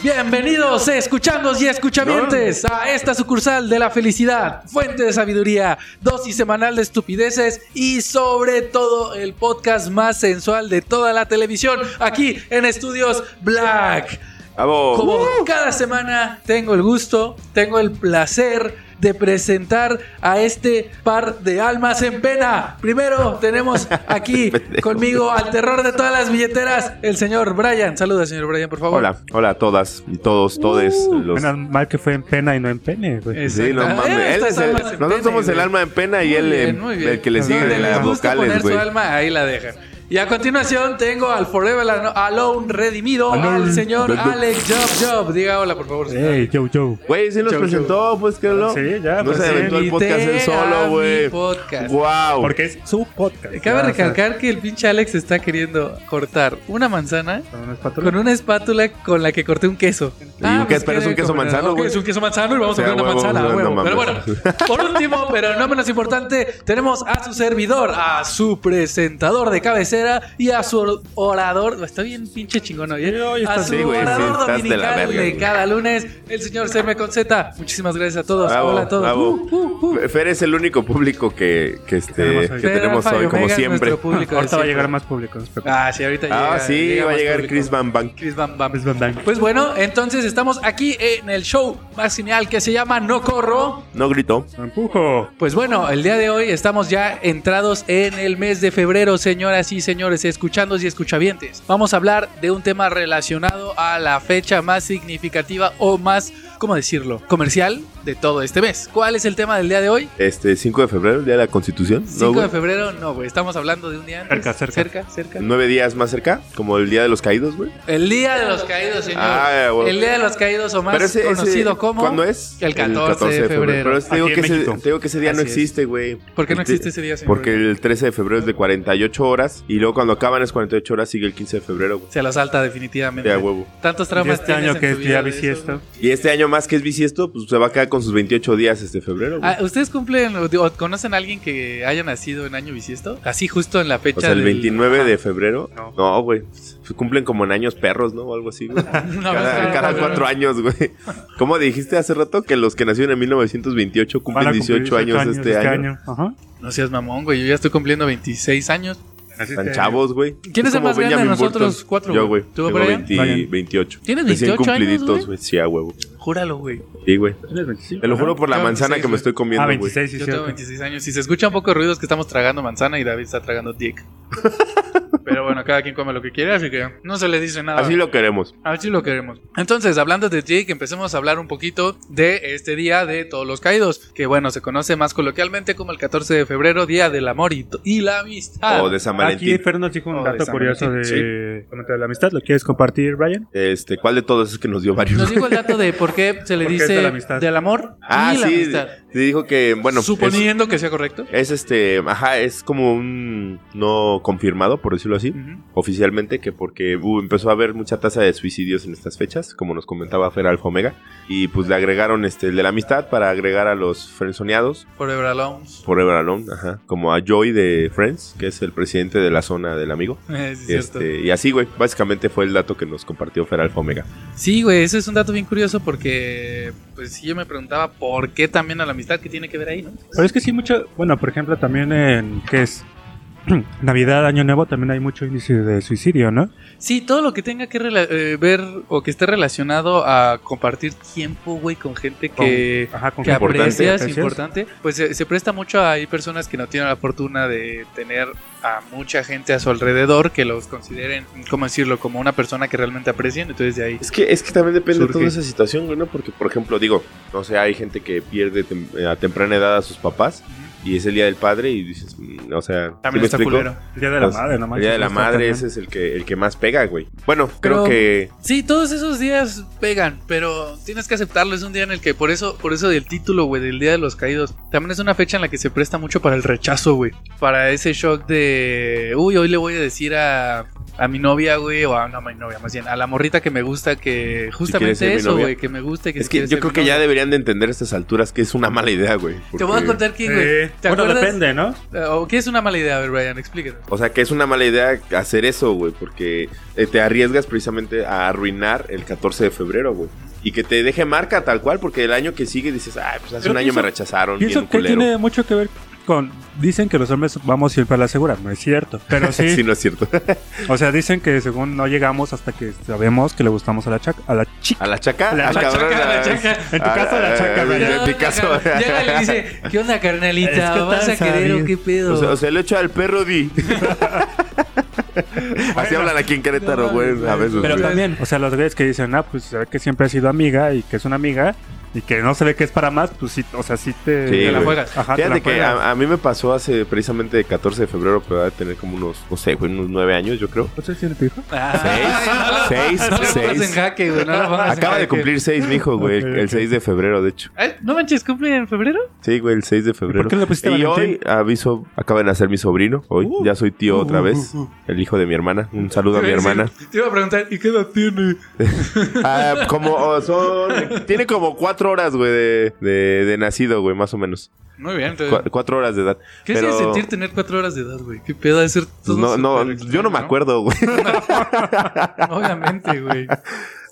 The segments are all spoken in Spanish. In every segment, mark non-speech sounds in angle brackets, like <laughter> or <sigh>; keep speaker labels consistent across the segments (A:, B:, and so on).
A: Bienvenidos, escuchangos y escuchamientes, a esta sucursal de la felicidad, fuente de sabiduría, dosis semanal de estupideces y sobre todo el podcast más sensual de toda la televisión, aquí en Estudios Black.
B: Vamos.
A: Como cada semana tengo el gusto, tengo el placer de presentar a este par de almas en pena. Primero tenemos aquí conmigo al terror de todas las billeteras, el señor Brian. Saluda, señor Brian, por favor.
B: Hola, hola a todas y todos, todes. los...
C: Menos mal que fue en pena y no en pene, güey.
A: Uh. Es-
B: Sí, no
A: Exacto.
B: mames.
A: Eh,
B: Él
A: estas
B: es el-
A: almas en
B: nosotros
A: pena,
B: somos el
A: güey.
B: alma en pena y
A: Muy
B: él
A: bien,
B: eh,
A: muy bien.
B: el que le sigue
A: Donde
B: de
A: les
B: las
A: gusta poner
B: vocales, güey.
A: su alma, ahí la dejan. Y a continuación tengo al Forever Ano- Alone redimido al
C: Alone.
A: señor
B: Alone.
A: Alex Job Job. Diga hola, por favor. señor.
C: Ey, yo, yo.
B: Güey, sí nos
C: Chau,
B: presentó, pues que no.
C: Sí, ya,
B: No
C: pues,
B: se
C: sí.
B: aventó el podcast
A: Invité
B: él
A: a mi
B: solo, güey.
A: podcast.
B: Wow.
C: Porque es su podcast.
A: Cabe
C: Ya, o sea,
A: recalcar que el pinche Alex está queriendo cortar una manzana
C: con una espátula.
A: con una espátula con la que corté un queso.
B: ¿Y un qué? ¿Pero es un
A: que-
B: queso manzano,
A: Ah, Ok,
B: güey?
A: Es un queso manzano y vamos
B: Sí,
A: a
B: a
A: comer una
B: huevo,
A: manzana, a
B: no
A: huevo.
B: mames.
A: pero bueno, por último, pero no menos importante, tenemos a su servidor, a su presentador de cabecera y a su orador. Está bien pinche chingón, oye.
C: Sí, hoy
A: A
C: estás-
A: su
B: Sí, güey, sí,
A: orador
B: estás de la
A: dominical de,
B: verga, güey.
A: cada lunes, el señor Serme con Z. Muchísimas gracias a todos.
B: Bravo,
A: Hola a todos.
B: bravo.
A: Uh, uh, uh.
B: Fer es el único público que, que, este,
C: tenemos hoy.
B: que tenemos
A: uh, Fer, Alfa y
B: hoy, como
A: Omega,
B: siempre.
A: nuestro público de
C: <laughs> Ahorita va a
A: siempre.
C: llegar más público. no se preocupe.
A: Ah, sí, ahorita llega.
B: Ah, sí,
A: llega
B: va a
A: más
B: llegar
A: público.
B: Chris Van Bank.
A: Chris Van Bam.
C: Es Van Damme.
A: Pues bueno, entonces estamos aquí en el show más genial que se llama No Corro.
B: No gritó.
C: Lo empujo.
A: Pues bueno, el día de hoy estamos ya entrados en el mes de febrero, señoras y señores, escuchandos y escuchavientes. Vamos a hablar de un tema relacionado a la fecha más significativa o más, ¿cómo decirlo?, comercial de todo este mes. ¿Cuál es el tema del día de hoy?
B: Este, 5 de febrero, el día de la Constitución. ¿no,
A: 5
B: güey?
A: de febrero, no, güey, estamos hablando de un día antes.
C: Cerca, cerca.
A: Cerca, cerca.
B: Nueve días más cerca, como el día de los caídos, güey.
A: El Día de los Caídos, señor.
B: Ah, güey.
A: El Día de los Caídos o más
B: Pero ese- ese-
A: conocido como...
B: ¿Cuándo es?
A: El 14, de febrero.
B: Pero te digo,
C: Aquí
B: que
C: en
B: ese,
C: México.
B: te digo que ese día no
A: Así es.
B: existe, güey.
A: ¿Por qué no
B: El te-
A: existe ese día, señor?
B: Este, Porque el 13 de febrero es de 48 horas y luego cuando acaban las 48 horas sigue el 15 de febrero, güey.
A: Se lo salta definitivamente.
B: De a huevo.
A: Tantos
C: Y
A: traumas
C: este
A: tienes
C: año
A: en
C: que
A: tu
C: es
A: vida
C: ya
A: de eso,
C: bisiesto.
A: güey.
B: Y este año más que es bisiesto, pues se va a quedar con sus 28 días este febrero, güey.
A: Ah, ¿Ustedes cumplen o digo, conocen a alguien que haya nacido en año bisiesto? Así justo en la fecha
B: o sea, el
A: del-
B: 29 de febrero.
C: No.
B: No, güey. Se cumplen como en años perros, ¿no? O algo así, güey.
A: <laughs> <laughs> No,
B: Cada,
A: no,
B: cada
A: no,
B: cuatro
A: no.
B: años, güey. ¿Cómo dijiste hace rato que los que nacieron en 1928
C: Van
B: cumplen
C: a cumplir
B: 18 años este año?
C: Ajá.
A: No seas mamón, güey. Yo ya estoy cumpliendo 26 años.
C: Así
B: Están
C: que-
B: chavos, güey.
A: ¿Quién es el
B: como
A: más grande de
B: Benjamin
A: nosotros cuatro,
B: Yo,
A: güey?
B: güey.
A: ¿Tú,
B: Tengo
A: Brian?
B: 20
C: Brian.
B: 28.
A: ¿Tienes
B: Recién
A: 28 años,
B: cumpliditos,
A: güey?
B: güey. Sí, a huevo.
A: Júralo, güey.
B: Sí, güey.
C: ¿Tienes 25?
B: Te lo juro por la
A: Yo
B: manzana
A: 26,
B: que me
A: güey.
B: estoy comiendo,
C: Ah,
B: güey.
C: 26, sí,
A: Yo tengo
C: cierto.
A: 26 años. Si se escuchan poco ruidos que estamos tragando manzana y David está tragando
B: <laughs>
A: dick. Pero bueno, cada quien come lo que quiere, así que no se le dice nada.
B: Así lo queremos.
A: A ver si lo queremos. Entonces, hablando de Jake, empecemos a hablar un poquito de este día de todos los caídos, que bueno, se conoce más coloquialmente como el 14 de febrero, Día del Amor y, y la Amistad.
B: o Oh, de San Valentín.
C: Ah, Aquí Fer nos dijo un
A: Oh, de
C: dato
A: San
C: curioso de,
A: Valentín,
C: de la amistad. ¿Lo quieres compartir, Brian?
B: Este, ¿cuál de todos es que nos dio varios?
A: Nos dijo el dato de por qué se le
C: <laughs> ¿Por qué es
A: dice
C: de la amistad?
A: del amor
B: <laughs> ah,
A: y la
B: sí.
A: amistad.
B: Te dijo que, bueno, es,
A: Suponiendo que sea correcto.
B: es este, ajá, es como un no confirmado, por decirlo así,
A: Ujú.
B: oficialmente, que porque uh, empezó a haber mucha tasa de suicidios en estas fechas, como nos comentaba Fer Alfa Omega, y pues le agregaron este, el de la amistad para agregar a los frenzoneados,
A: Forever Alone.
B: Forever Alone, ajá, como a Joy de Friends, que es el presidente de la zona del amigo.
A: Eh, <laughs> sí, es cierto.
B: Este, y así, güey, básicamente fue el dato que nos compartió Fer Alfa Omega.
A: Sí, güey, ese es un dato bien curioso porque, pues sí, yo me preguntaba por qué también a la amistad que tiene que ver ahí, ¿no?
C: Pero es que sí, mucho. Bueno, por ejemplo, también en. ¿Qué es? <clears throat> Navidad, Año Nuevo, también hay mucho índice de suicidio, ¿no?
A: Sí, todo lo que tenga que rela- eh, ver o que esté relacionado a compartir tiempo, güey, con gente que,
C: Ajá, con
A: que
C: gente
B: importante.
A: aprecias,
C: aprecias.
A: importante, pues se, se presta mucho a hay personas que no tienen la fortuna de tener a mucha gente a su alrededor que los consideren, ¿cómo decirlo?, como una persona que realmente aprecien, entonces de ahí.
B: Es que, es que también depende
A: Surge.
B: de toda esa situación, güey, ¿no? Porque, por ejemplo, digo, no sé, hay gente que pierde tem- eh, a temprana edad a sus papás y es el día del padre y dices, mm, o sea, ¿sí
A: También
B: me
A: está
B: explico?
A: culero.
C: El Día de la
B: Pues,
C: Madre, no
B: El
C: manches.
B: día de la
C: está
B: madre,
C: cañón.
B: ese es el que, el que más pega, güey. Bueno,
A: Pero-
B: creo que.
A: Sí, todos esos días pegan, pero tienes que aceptarlo. Es un día en el que, por eso, por eso del título, güey, del Día de los Caídos, también es una fecha en la que se presta mucho para el rechazo, güey. Para ese shock de, uy, hoy le voy a decir a, a mi novia, güey, o a, no a mi novia, más bien, a la morrita que me gusta, que justamente
B: ser mi
A: eso,
B: novia.
A: güey, que me gusta, que
B: Es
A: si
B: que
A: quieres
B: yo
A: ser
B: creo
A: mi
B: que ya
A: novia.
B: deberían de entender a estas alturas que es una mala idea, güey.
A: Te voy a
B: porque-
A: contar que, güey.
C: Sí.
A: ¿te
C: Eh, bueno,
A: acuerdas? Eh,
C: depende, ¿no?
A: ¿O ¿Qué es una mala idea? A ver, Brian, explíquenos.
B: O sea, que es una mala idea hacer eso, güey, porque eh, te arriesgas precisamente a arruinar el 14 de febrero, güey. Y que te deje marca tal cual, porque el año que sigue dices, ay, pues hace
C: Pero
B: un año
C: pienso-
B: me rechazaron, bien
C: Pienso que
B: culero.
C: tiene mucho que ver con... Dicen que los hombres vamos siempre a la segura, no es cierto. Pero sí,
B: <laughs> Sí, no es cierto.
C: o sea, dicen que según no llegamos hasta que sabemos que le gustamos a la, chaca, a la chica.
B: A la chaca,
C: La
B: ah,
C: chaca,
B: cabrón,
A: la
B: ah,
A: chaca.
C: En tu
B: ah,
C: caso, la
B: ah,
C: chaca,
B: ah,
C: güey.
B: En mi caso.
A: Llega y le
B: <laughs>
A: dice, ¿qué onda, carnalita?
C: Es que
A: ¿Vas
C: tan
A: a querer o
C: sabido.
A: qué pedo?
B: O sea, o sea, le echo al perro
C: <laughs>
B: di. Así
C: Bueno.
B: hablan aquí en Querétaro,
A: No
B: güey,
A: mames,
B: a veces.
C: Pero
B: güey.
C: también, o sea, los güeyes que dicen, ah, pues se ve que siempre ha sido amiga y que es una amiga y que no se ve que es para más, pues sí, o sea, sí te...
B: Sí,
C: te
B: güey.
A: juegas.
C: Ajá, te la
B: Fíjate que
C: juegas.
B: a, a mí me pasó hace precisamente 14 de febrero, pero debe tener como unos, no sé, güey, unos 9 años, yo creo.
C: ¿Cuántos años tiene tu hijo?
A: Ah,
B: seis,
A: <laughs> no lo- No lo pongas
B: seis.
A: en jaque, güey. No lo pongas en
B: Acaba de
A: jaque.
B: cumplir 6, mijo, güey,
C: Ok, ok.
B: el 6 de febrero, de hecho.
A: Ay, ¿Eh? ¿No manches, cumple en febrero?
B: Sí, güey, el 6 de febrero.
C: por qué le pusiste
B: y hoy
C: Valentín?
B: aviso, acaba de nacer mi sobrino, hoy
C: Uh.
B: ya soy tío otra
C: Uh,
B: vez,
C: uh, uh.
B: el hijo de mi hermana. Un saludo a
A: Te
B: mi
A: iba decir-
B: hermana.
A: Te iba a preguntar, ¿y qué edad tiene?
B: Ah, como oh, son, tiene como 4 horas, güey, de, de- de nacido, güey, más o menos.
A: Muy bien, te...
B: 4 horas de edad.
A: ¿Qué
B: Pero-
A: se sentir tener cuatro horas de edad, güey? ¿Qué pedo ha de ser todo?
B: No, no,
A: súper extraño,
B: yo no me acuerdo,
A: <laughs>
B: güey. <laughs>
A: Obviamente, güey.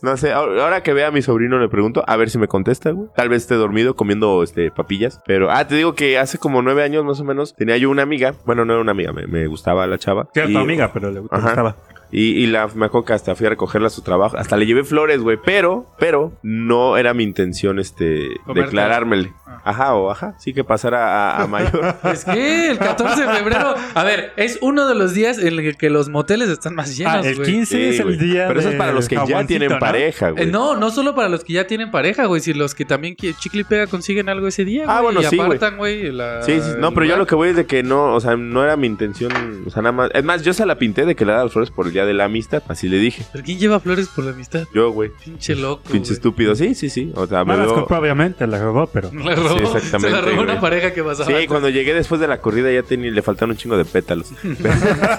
B: No sé, ahor- ahora que vea a mi sobrino le pregunto, a ver si me contesta, güey. Tal vez esté dormido comiendo este, papillas. Pero, ah, te digo que hace como nueve años más o menos tenía yo una amiga. Bueno, no era una amiga, me, me gustaba la chava.
C: Sí, era
B: Y-
C: tu amiga, pero le
B: Ajá.
C: gustaba.
B: Y, y la, me acuerdo que hasta fui a recogerla a su trabajo. Hasta le llevé flores, güey. Pero, pero, no era mi intención, este,
A: Comértela.
B: declarármele.
A: Ah.
B: Ajá, o ajá, sí que pasara a, a mayor.
A: Es que el 14 de febrero. A ver, es uno de los días en el que los moteles están más
C: Ah,
A: llenos,
C: el
A: güey.
C: 15 es
B: Sí,
C: el
B: güey.
C: día
B: Pero eso es para
C: del
B: los que ya
C: jaguancito,
B: tienen
C: ¿no?
B: pareja,
A: Eh,
B: güey.
A: no, no solo para los que ya tienen pareja, güey, si los que también que chicle y pega consiguen algo ese día,
B: Ah,
A: güey,
B: bueno,
A: y
B: sí, güey.
A: apartan, güey, la-
B: Sí, sí, no,
A: el
B: pero yo
A: lugar.
B: lo que voy es de que no, o sea, no era mi intención, o sea, nada más. Es más, yo se la pinté de que le daba las flores por el día de la amistad, así le dije.
A: ¿Pero quién lleva flores por la amistad?
B: Yo, güey,
A: Pinche loco,
B: pinche
A: güey.
B: estúpido, sí, sí, sí. O sea, me
C: No las
B: veo-
C: compró, obviamente, la robó, pero...
A: La robó,
B: Sí,
A: se la
B: exactamente,
A: robó una
B: güey.
A: pareja que pasaba.
B: Sí, cuando llegué después de la corrida ya tenía, le faltaron un chingo
A: <laughs>
B: de pétalos.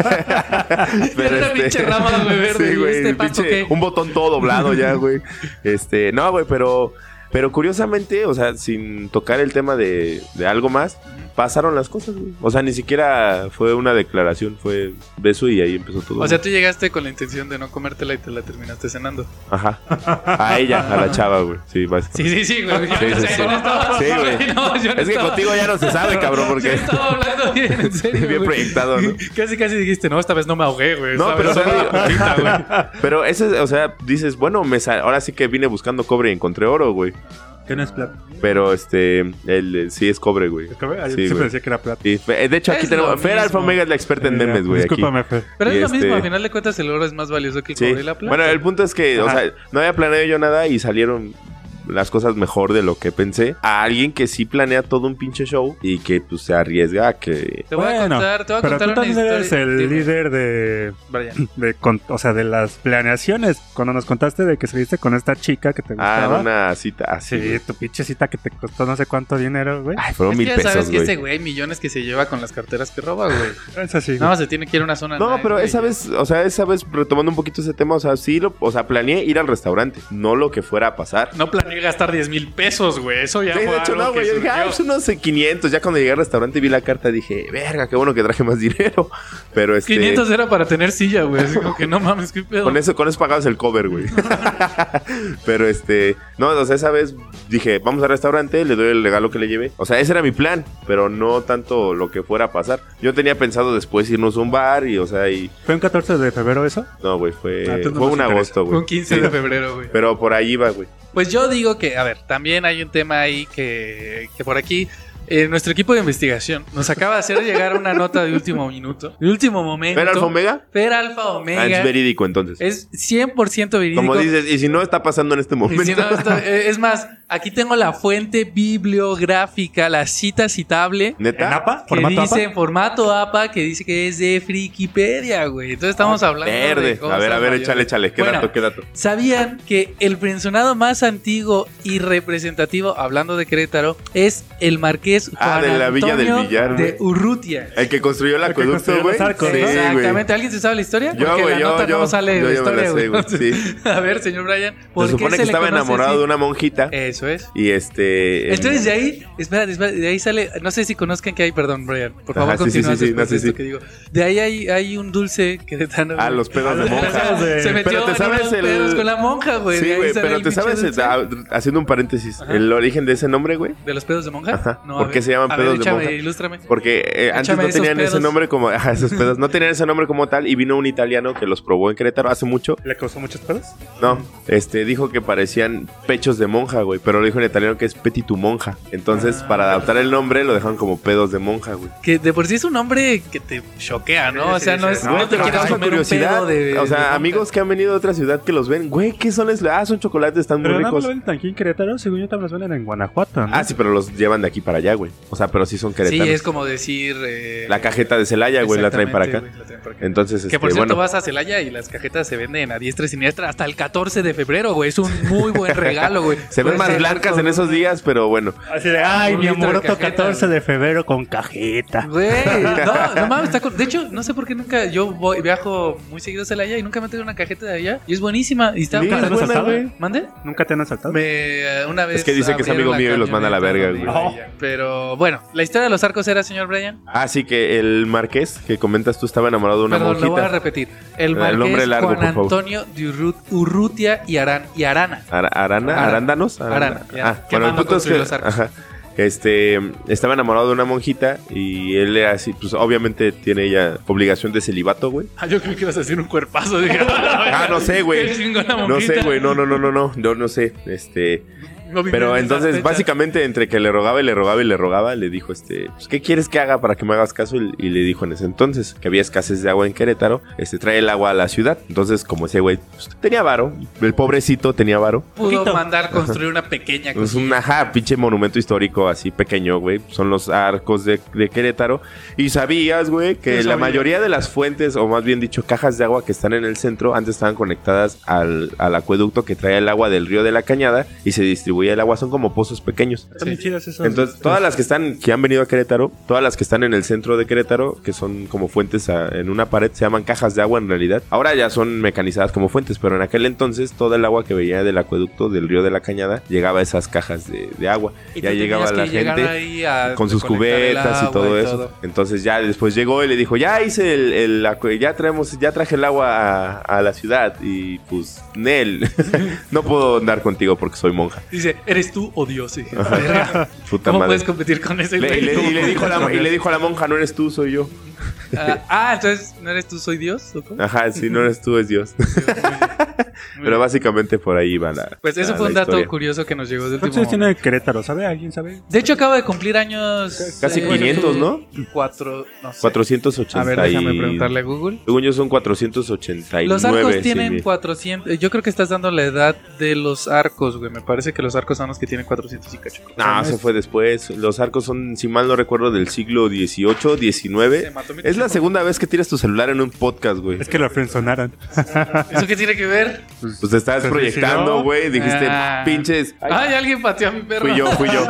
A: Pero
B: Pero este,
A: una pinche rama, güey, verde,
B: sí,
A: ¿y
B: güey,
A: este pato
B: pinche-
A: qué?
B: un botón todo doblado ya, güey. Este, no, güey, pero pero curiosamente, o sea, sin tocar el tema de, de algo más, pasaron las cosas, güey. O sea, ni siquiera fue una declaración, fue beso y ahí empezó todo.
A: O sea, tú llegaste con la intención de no comértela y te la terminaste cenando.
B: Ajá. A ella, a la chava, güey. Sí, básicamente.
A: Sí, sí, sí, güey.
B: <laughs> Sí,
A: O
B: sí,
A: sea,
B: sí.
A: yo no estaba-
B: Sí, güey.
A: No, yo no
B: Es que
A: estaba-
B: contigo ya no se sabe, cabrón,
A: Yo
B: porque
A: estaba hablando bien,
B: <laughs>
A: en serio.
B: bien
A: güey.
B: proyectado, ¿no?
A: <laughs> Casi, casi dijiste, no, esta vez no me ahogué, güey.
B: No,
A: esta
B: pero,
A: vez
B: o sea,
A: no me ahogué, güey.
B: <laughs> Pero ese, o sea, dices, bueno, me sa- ahora sí que vine buscando cobre y encontré oro, güey.
C: ¿Qué no es plata?
B: Pero este, el, el- sí es cobre, güey.
C: Es que, güey, yo
B: Sí,
C: siempre
B: güey.
C: decía que era plata.
B: Sí, fe- eh, de hecho, aquí
A: Es lo
B: tenemos. Fer
A: mismo.
B: Alfa Omega es la experta en
C: Mira,
B: memes, güey. aquí.
C: Discúlpame, Fer.
A: <laughs> Pero es
B: Y
A: lo mismo,
B: este-
A: al final de cuentas el oro es más valioso que el
B: Sí.
A: cobre y la plata.
B: Bueno, el punto es que, o
C: Ajá.
B: sea, no había planeado yo nada y salieron las cosas mejor de lo que pensé. A alguien que sí planea todo un pinche show y que pues se arriesga a que.
A: Te voy a
C: Bueno,
A: contar, te voy a
C: Pero
A: contar
C: tú
A: una
C: también
A: historia.
C: eres el
A: Dime,
C: líder de,
A: Brian.
C: de con- o sea, de las planeaciones. Cuando nos contaste de que saliste con esta chica que te
B: Ah,
C: gustaba.
B: una cita así.
C: Sí,
B: güey.
C: tu pinche cita que te costó no sé cuánto dinero, güey.
B: Ay, fueron
A: Es que
B: mil
A: ya
B: pesos,
A: sabes que
B: güey.
A: este güey millones que se lleva con las carteras que roba,
B: <laughs>
A: güey.
C: Es así.
A: Nada más se tiene que ir a una zona.
B: No,
A: nice,
B: pero
A: güey.
B: esa vez, o sea, esa vez retomando un poquito ese tema, o sea, sí, lo, o sea, planeé ir al restaurante, no lo que fuera a pasar.
A: No planeé gastar 10 mil pesos, güey. Eso ya
B: Sí,
A: fue
B: de hecho,
A: algo
B: no,
A: que
B: güey. Yo dije, ah, pues
A: surgió.
B: unos eh, 500. Ya cuando llegué al restaurante y vi la carta, dije, verga, qué bueno que traje más <laughs> dinero. Pero este.
A: 500 era para tener silla, güey. Así como que no mames, qué pedo.
B: Con eso, con eso pagabas el
A: <laughs>
B: cover, güey. <laughs> Pero este. No, o sea, esa vez dije, vamos al restaurante, le doy el regalo que le llevé. O sea, ese era mi plan, pero no tanto lo que fuera a pasar. Yo tenía pensado después irnos a un bar y, o sea, y.
C: ¿Fue un 14 de febrero eso?
B: No, güey, fue.
C: Ah, entonces no
B: fue
C: nos
B: un
C: interesa.
B: agosto,
A: Fue
B: güey.
A: un 15
B: Sí.
A: de febrero, güey.
B: Pero por ahí va, güey.
A: Pues yo digo que, a ver, también hay un tema ahí que, que por aquí. eh, nuestro equipo de investigación nos acaba de hacer llegar una nota de último minuto, de último momento.
B: ¿Era Alfa Omega?
A: Fer Alfa Omega.
B: Ah, es verídico entonces.
A: es 100% verídico.
B: Como dices, y si no está pasando en este
A: Y
B: momento.
A: si no, esto- eh, es más, Aquí tengo la fuente bibliográfica, la cita citable.
B: <laughs> ¿Neta?
D: ¿En APA?
A: Ah, Que
D: ¿Formato
A: dice
D: APA?
A: en formato APA que dice que es de Frikipedia, güey. Entonces estamos hablando de
B: Ah, Verde.
A: cosas
B: A ver, a ver,
A: mayores.
B: échale, échale. ¿Qué
A: Bueno,
B: dato, qué dato?
A: ¿Sabían que el pensionado más antiguo y representativo, hablando de Querétaro, es el marqués Juan
B: Ah, de la Villa del
A: Antonio
B: Villar,
A: de
B: güey.
A: Urrutia?
B: El que construyó el
D: El que
B: acueducto,
D: construyó
B: güey.
D: los arcos, ¿no?
A: Exactamente. ¿Alguien se sabe la historia?
B: Yo,
A: Porque
B: güey,
A: la
B: yo,
A: nota
B: yo.
A: no sale
B: Yo
A: la
B: ya me la
A: historia,
B: sé,
A: güey. <laughs>
B: güey,
A: A ver, señor Brian, ¿por
B: Se supone
A: qué
B: que
A: se le
B: estaba
A: conoce
B: enamorado
A: así? Eh.
B: de una monjita.
A: Eso es.
B: Y este.
A: Entonces de ahí, espérate, espérate, de ahí sale, no sé si conozcan que hay, perdón, Brian, por favor
B: Ajá, sí,
A: continúa
B: sí, sí, sí,
A: después
B: no,
A: de
B: sí,
A: esto
B: sí.
A: que digo. De ahí hay, hay un dulce queretano.
B: Ah,
A: güey. <laughs>
B: los pedos de
A: O sea,
B: monja.
D: güey.
A: Se metió
B: Pero te
A: en
B: sabes
A: unos
B: el-
A: pedos con la monja, güey.
B: Sí,
A: de ahí
B: güey,
A: sale
B: pero
A: el
B: te
A: pinche
B: sabes,
A: dulce.
B: ah, haciendo un paréntesis,
A: Ajá.
B: el origen de ese nombre, güey.
A: ¿De los pedos de monja?
B: Ajá.
A: a
B: ¿Por qué
A: ver.
B: se llaman
A: A ver,
B: pedos de
A: échame,
B: monja?
A: ilústrame.
B: Porque eh, antes
A: Échame
B: no
A: esos
B: tenían ese
A: pedos.
B: nombre como. <laughs> Ajá, esos pedos. No tenían ese nombre como tal. Y vino un italiano que los probó en Querétaro hace mucho.
D: ¿Le causó muchos pedos?
B: No, este dijo que parecían pechos de monja, güey. Pero lo dijo en italiano que es petitu monja. Entonces,
A: Ah.
B: para adaptar el nombre, lo dejaron como pedos de monja, güey.
A: Que de por sí es un nombre que te choquea, ¿no?
D: Sí,
A: o sea,
D: sí,
A: no,
D: sí,
A: es,
D: sí.
A: no,
D: Güey,
A: te
D: pero
A: quieras
D: causa
A: comer un pedo de...
B: o sea,
A: de monja.
B: amigos que han venido de otra ciudad que los ven, güey, ¿qué son? esos? Ah, son chocolates, están muy
C: Pero no me
B: ricos.
C: lo venden aquí en Querétaro, según yo también los venden en Guanajuato. ¿no?
B: Ah, sí, pero los llevan de aquí para allá, güey. O sea, pero sí son
A: Sí,
B: queretanos.
A: es como decir... eh,
B: La cajeta de Celaya, güey, la traen para acá.
A: exactamente, güey, la traen para acá.
B: Entonces,
A: Que
B: este,
A: por cierto
B: bueno,
A: vas a Celaya y las cajetas se venden a diestra y siniestra hasta el 14 de febrero, güey. Es un muy buen regalo, güey.
B: <laughs> se ven
A: Puedes
B: más
A: cenar
B: blancas
A: con
B: en esos
A: una-
B: días, pero bueno.
D: Así de, ay,
A: Un
D: mi
A: litro de
D: amoroto
A: cajeta,
D: 14
A: güey.
D: de febrero con cajeta.
A: Güey,
B: <laughs>
A: no, no mames, está con... De hecho, no sé por qué nunca yo voy, viajo muy seguido a Celaya y nunca me he traído una cajeta de allá. Y es buenísima. Y está...
B: Sí,
D: ¿Nunca te
B: es
D: han
B: buena,
D: asaltado?
B: güey.
A: ¿Mande?
D: ¿Nunca te han asaltado?
A: Me, eh, una vez...
B: Es que dice que es
A: abrieron
B: amigo mío y los manda a la
A: camioneta
B: verga,
A: donde
D: güey.
A: iba ella. Pero bueno, la historia de los arcos era, señor Brian.
B: Así Ah, que el marqués que comentas tú estaba enamorado de una
A: Perdón, lo voy a
B: monjita.
A: repetir. El
B: El
A: marqués
B: nombre largo,
A: Juan
B: por favor.
A: Antonio de Urrut- Urrutia y, Aran, y Arana.
B: Ara- Arana,
A: Arana.
B: Arándanos,
A: Arana, ya.
B: Ah,
A: Qué
B: bueno, el
A: malo
B: punto es
A: construir
B: que
A: los arcos.
B: ajá, este estaba enamorado de una monjita y él era así, pues obviamente tiene ella obligación de celibato, güey.
A: Ah, yo creo que ibas a hacer un cuerpazo. Dije, <laughs>
B: Ah, no sé, güey.
A: Qué chingona
B: No
A: monjita.
B: sé, güey, no, no, no, no, no, no, no sé, este,
A: No viví
B: pero
A: esas
B: entonces
A: fechas.
B: básicamente entre que le rogaba y le rogaba y le rogaba, le dijo, este, pues, ¿qué quieres que haga para que me hagas caso? Y y le dijo en ese entonces que había escasez de agua en Querétaro, este, trae el agua a la ciudad, entonces como ese güey pues, tenía varo, el pobrecito tenía varo,
A: Pudo
D: Poquito.
A: mandar construir una pequeña
B: Es
A: cosa.
B: Pues un ajá, pinche monumento histórico así pequeño, güey. Son los arcos de, de Querétaro. Y sabías, güey, que
A: Yo
B: la
A: sabía.
B: mayoría de las fuentes, o más bien dicho, cajas de agua que están en el centro, antes estaban conectadas al, al acueducto que trae el agua del río de la cañada y se distribuía el agua. Son como pozos pequeños.
D: Están bien chidas esas.
B: Entonces, todas las que están, que han venido a Querétaro, todas las que están en el centro de Querétaro, que son como fuentes a- en una pared, se llaman cajas de agua en realidad. Ahora ya son mecanizadas como fuentes, pero en aquel entonces todo el agua que venía del acueducto del río de la Cañada llegaba a esas cajas de, de agua.
A: Y
B: ya
A: tú
B: llegaba la
A: tenías que llegar
B: gente
A: ahí a
B: con sus
A: recolectar el
B: cubetas y
A: agua
B: todo eso. Entonces ya después llegó y le dijo, ya hice el, el acue- ya traemos, ya traje el agua a, a la ciudad y pues, Nel, <laughs> no puedo andar contigo porque soy monja.
A: Dice, ¿eres tú o Dios? Y dije, "Verga,
B: Puta
A: ¿Cómo
B: madre.
A: puedes competir con ese
B: Le-
A: güey?
B: y, le, y le dijo a la, y le
A: Ah,
B: dijo a la monja, no eres tú, soy yo.
A: Ah, entonces, ¿no eres tú, soy Dios? ¿O
B: <laughs>
A: cómo?
B: Ajá, si no eres tú, es
A: <laughs>
B: Dios.
A: Muy
B: Pero
A: bien.
B: básicamente por ahí va la.
A: Pues eso
B: la-
A: fue un
B: la
A: dato
B: historia.
A: curioso que nos llegó de último
C: ¿Cuántos
A: momento.
C: tiene Querétaro? ¿Sabe? ¿Alguien sabe?
A: De hecho, acaba de cumplir años... eh,
B: Casi 500, ¿no?
A: Cuatro, no sé.
B: 480.
A: A ver, déjame preguntarle a Google.
B: Según yo son 489.
A: Los arcos
B: sí,
A: tienen
B: mil.
A: 400. Yo creo que estás dando la edad de los arcos, güey. Me parece que los arcos son los que tienen 400 y cacho.
B: No, eso fue después. Los arcos son, si mal no recuerdo, del siglo
A: Se
B: XVIII, XIX.
A: mató mi
B: Eh, Es la
A: teléfono.
B: segunda vez que tiras tu celular en un podcast, güey.
C: Es que lo frenzonaron.
A: ¿Eso qué tiene que ver?
B: Pues te estabas
C: Se
B: proyectando,
C: suicidó.
B: güey. Dijiste,
A: Ah.
B: pinches.
A: Ay,
B: Ay,
A: alguien pateó a mi perro.
B: fui
A: <laughs>
B: yo, fui yo.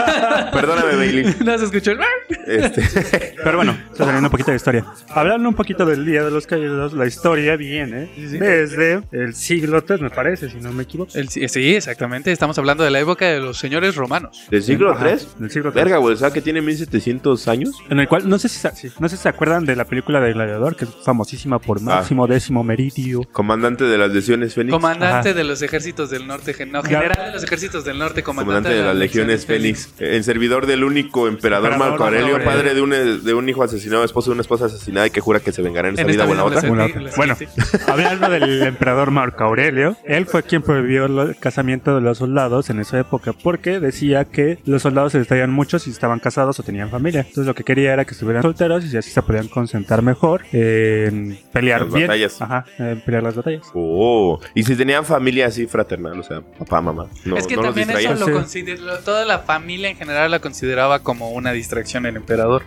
B: Perdóname, Bailey.
A: ¿No se escuchó el...
B: Este,
C: Pero bueno, saliendo un poquito de historia. Hablando un poquito del Día de los Caídos, la historia viene
A: Sí, sí.
C: desde el siglo III, me parece, si no me equivoco.
A: El- sí, exactamente. Estamos hablando de la época de los señores romanos.
B: ¿Del siglo
C: Ajá,
B: III?
C: Del siglo III.
B: Verga, güey. O sea, que tiene 1700 años.
C: En el cual, no sé si se, sí, no sé si se acuerdan de la película de Gladiador, que es famosísima
A: Ah.
C: por Máximo Décimo Meridio.
B: Comandante de las lesiones Fénix.
A: Comandante de los ejércitos del norte. gen- No,
C: Ya.
A: general de los ejércitos del norte.
B: Comandante de las legiones Fénix, en servidor del único emperador
C: Emperador
B: Marco Aurelio,
C: Marco Aurelio.
B: padre de un, de un hijo asesinado, esposo de una esposa asesinada y que jura que se vengará en esta
A: En
B: vida
A: esta
B: o en la
A: vida
B: otra.
A: o en la
C: Una
A: siguiente,
C: otra.
A: la
C: Bueno, <laughs>
A: siguiente.
C: Hablando del emperador Marco Aurelio, él fue quien prohibió el casamiento de los soldados en esa época porque decía que los soldados se distraían mucho si estaban casados o tenían familia. Entonces lo que quería era que estuvieran solteros y así se podían concentrar mejor en pelear
B: Las
C: bien.
B: batallas.
C: Ajá, en pelear las batallas.
B: Oh, y si tenían familia así fraternal, o sea, papá, mamá. No,
A: es que
B: no los
A: también eso
B: distraían.
A: lo
C: Sí.
A: consider- lo- toda la familia en general la consideraba como una distracción el emperador.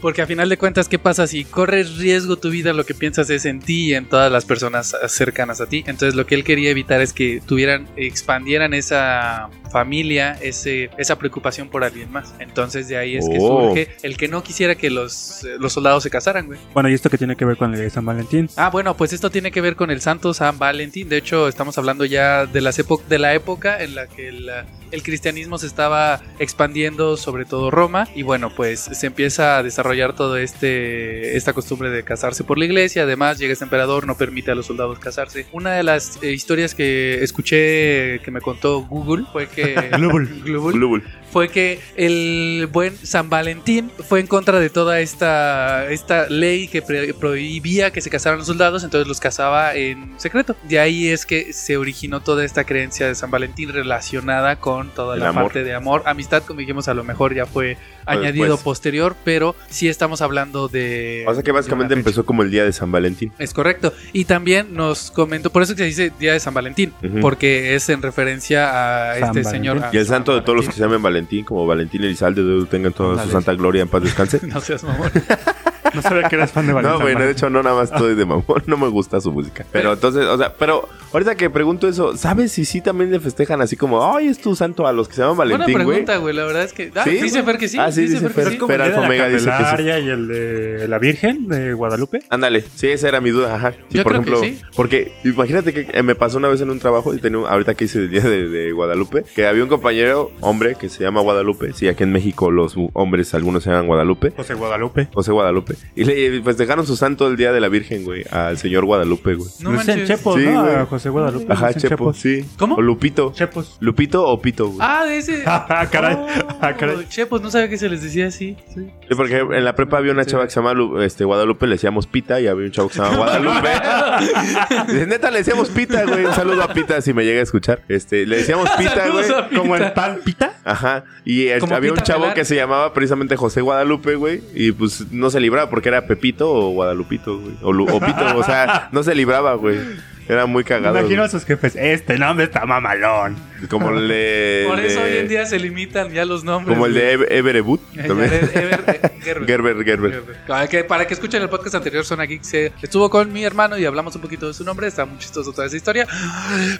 A: Porque a final de cuentas, ¿qué pasa? Si corres riesgo tu vida, lo que piensas es en ti y en todas las personas cercanas a ti. Entonces lo que él quería evitar es que tuvieran, expandieran esa familia, ese, esa preocupación por alguien más. Entonces de ahí es que
B: Oh.
A: surge el que no quisiera que los, eh, los soldados se casaran, güey.
C: Bueno, ¿y esto que tiene que ver con el de San Valentín?
A: Ah, bueno, pues esto tiene que ver con el Santo San Valentín. De hecho, estamos hablando ya de, las epo- de la época en la que el, eh, el cristianismo se estaba expandiendo, sobre todo Roma. Y bueno, pues se empieza a desarrollar todo este esta costumbre de casarse por la iglesia. Además, llega este emperador, no permite a los soldados casarse. Una de las eh, historias que escuché eh, que me contó Google fue que.
C: Global.
A: Google
B: Glúbul.
A: fue que el buen San Valentín fue en contra de toda esta, esta ley que pre- prohibía que se casaran los soldados, entonces los casaba en secreto. De ahí es que se originó toda esta creencia de San Valentín relacionada con toda
B: El
A: la
B: amor. Pues,
A: parte de amor, amistad, como dijimos, a lo mejor ya fue añadido
B: después.
A: posterior, pero sí estamos hablando de...
B: O sea que básicamente
A: de una fecha.
B: empezó como el día de San Valentín.
A: Es correcto. Y también nos comentó, por eso que se dice Día de San Valentín,
B: Ujú.
A: porque es en referencia a
C: San
A: este
C: Valentín.
A: señor. a
B: Y el
A: San
B: santo de todos los que se llamen Valentín, como Valentín Elizalde, Dios tengan toda su
A: Ándale.
B: santa gloria en paz descanse.
A: Valentín. <laughs> No seas mamón.
C: No sabía que eras fan de Valentín.
B: <laughs> No, güey, no, de hecho no, nada más estoy de mamón, <laughs> no me gusta su música. Pero entonces, o sea, pero ahorita que pregunto eso, ¿sabes si sí también le festejan así como, ay, es tu santo a los que se llaman Valentín,
A: Buena
B: güey?
A: pregunta, güey. La verdad es que. Ah,
B: Sí,
A: dice
B: güey.
A: Fer que sí.
B: Ah, sí, dice
C: Pues
B: Fer.
A: que sí.
B: Fer Alfa Omega dice que sí.
C: y el de la Virgen de Guadalupe.
B: Ándale, sí, esa era mi duda, ajá. Sí,
A: Yo
B: por
A: creo que
B: ejemplo,
A: sí.
B: porque imagínate que eh, me pasó una vez en un trabajo y tenía, un- ahorita que hice el día de, de Guadalupe, que había un compañero, hombre, que se llama Guadalupe. Sí, aquí en México los mu- hombres, algunos se llaman Guadalupe.
C: José Guadalupe.
B: José Guadalupe. Y le festejaron su santo el día de la Virgen, güey, al señor Guadalupe, güey.
A: No
C: No en
A: manches.
C: Chepo,
B: Sí,
C: ¿no?
B: güey.
C: A José Guadalupe. le
B: Ajá,
C: dicen
B: Chepo, sí.
A: ¿Cómo?
B: O Lupito.
C: Chepos.
B: Lupito o Pito, güey.
A: Ah, de ese.
C: <laughs> Ah, caray. Ah,
A: Oh,
C: caray.
A: Che, pues no sabía que se les decía así. Sí.
B: Sí, porque en la prepa había una chava que se llamaba Lu- este, Guadalupe, le decíamos Pita y había un chavo que se llamaba
A: <laughs>
B: Guadalupe. Dice, Neta, le decíamos Pita, güey. Un saludo a Pita si me llega a escuchar. Este, le
A: <laughs>
B: decíamos Pita, güey.
A: Saludos a Pita.
C: Como el pan pita.
B: Ajá. Y eh,
A: Como
B: había un
A: Pita
B: chavo
A: Pelar.
B: que se llamaba precisamente José Guadalupe, güey. Y pues no se libraba porque era Pepito o Guadalupito, güey. O, Lu- o Pito, o sea, no se libraba, güey. Era muy cagado.
C: Imagino a sus jefes. Este nombre está mamalón.
B: güey. Como el de.
A: Por eso
B: de-
A: hoy en día se limitan ya los nombres.
B: Como el de
A: güey.
B: Ev- Everebut.
A: Ya,
B: también.
A: ya, Ever- Ever- Gerber.
B: Gerber, Gerber.
A: Gerber. Para que, para que escuchen el podcast anterior, Zona Geek se estuvo con mi hermano y hablamos un poquito de su nombre. Está muy chistoso toda esa historia.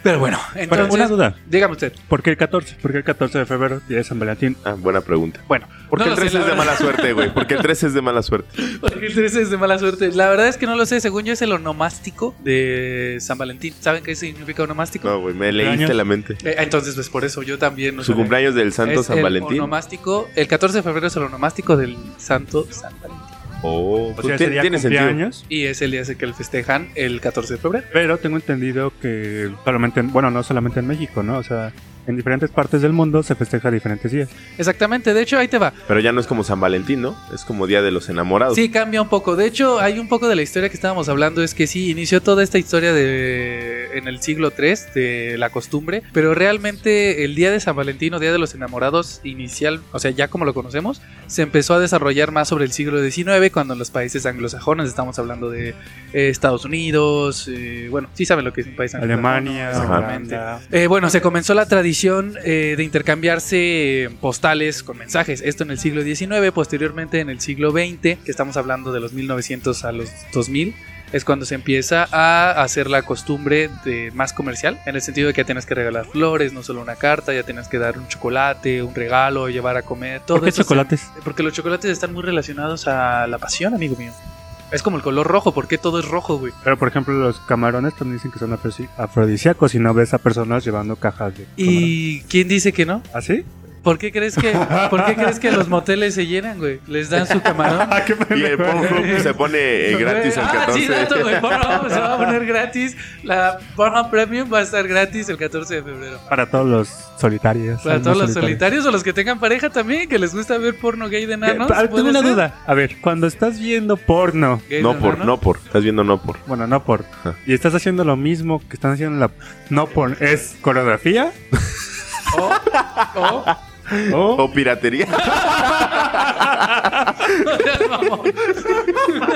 A: Pero bueno,
C: Pero
A: entonces.
C: una duda.
A: Dígame usted.
C: ¿Por qué el 14? ¿Por qué el 14 de febrero, día de San Valentín?
B: Ah, buena pregunta.
C: Bueno,
B: Porque
A: No
B: el
A: lo sé,
B: 3
A: la
B: es de
A: verdad.
B: mala suerte, güey. Porque el 3 es de mala suerte.
A: Porque el 13 es de mala suerte. La verdad es que no lo sé. Según yo, es el onomástico de San Valentín. ¿Saben qué significa onomástico?
B: No, güey, me leíste
C: Cumpleaños.
B: la mente.
A: Eh, Entonces, pues por eso yo también. no
B: Su
A: sabía.
B: cumpleaños del Santo
A: Es
B: San
A: el
B: Valentín.
A: Onomástico, el 14 de febrero es el onomástico del Santo San Valentín.
B: Oh,
C: o
B: pues
C: sea,
B: tie-
C: sería
B: tiene sentido.
C: cumpleaños.
A: Y es el día ese que le festejan el 14 de febrero.
C: Pero tengo entendido que solamente, en- bueno, no solamente en México, ¿no? O sea, en diferentes partes del mundo se festeja diferentes días.
A: Exactamente, de hecho, ahí te va.
B: Pero ya no es como San Valentín, ¿no? Es como Día de los Enamorados.
A: Sí, cambia un poco. De hecho, hay un poco de la historia que estábamos hablando. Es que sí, inició toda esta historia de en el siglo III de la costumbre. Pero realmente el día de San Valentín o Día de los Enamorados inicial, o sea, ya como lo conocemos, se empezó a desarrollar más sobre el siglo XIX cuando en los países anglosajones, estamos hablando de eh, Estados Unidos, eh, bueno, sí saben lo que es un país anglosajón,
C: Alemania,
A: ¿no? Exactamente.
C: Holanda.
A: Eh, bueno, se comenzó la tradición eh, de intercambiarse eh, postales con mensajes. Esto en el siglo XIX, posteriormente en el siglo XX, que estamos hablando de los 1900 a los 2000, es cuando se empieza a hacer la costumbre de más comercial, en el sentido de que ya tienes que regalar flores, no solo una carta, ya tienes que dar un chocolate, un regalo, llevar a comer, todo
C: ¿Por qué
A: eso se-
C: chocolates?
A: porque los chocolates están muy relacionados a la pasión, amigo mío. Es como el color rojo, ¿por qué todo es rojo, güey?
C: Pero, por ejemplo, los camarones también dicen que son afrodisi- afrodisíacos y no ves a personas llevando cajas de ¿Ah, camarón.
A: ¿Y quién dice que no?
C: ¿Así?
A: ¿Por qué crees que, ¿por qué crees que los moteles se llenan, güey? Les dan su camarón.
C: ¿Ah, qué
A: <laughs>
B: Y el Pornhub se pone eh, gratis el
A: Ah, sí, dato,
B: 14.
A: güey. Pornhub se va a poner gratis. La Pornhub Premium va a estar gratis el 14 de febrero.
C: Para todos los solitarios.
A: Para
C: almas
A: todos los
C: solitarias.
A: solitarios o los que tengan pareja también, que les gusta ver porno gay de nanos.
C: Eh, a ver,
A: ¿puede
C: tengo una
A: ser?
C: duda. A ver, cuando estás viendo porno,
A: Gay de
B: no por,
A: nano. <laughs>
B: no por. Estás viendo no por.
C: bueno, no por,
B: Ajá.
C: y estás haciendo lo mismo que están haciendo en la no por, ¿es coreografía?
A: O- o-
C: ¿O
A: Oh, <laughs>
B: O piratería.
A: No seas mamón. <laughs>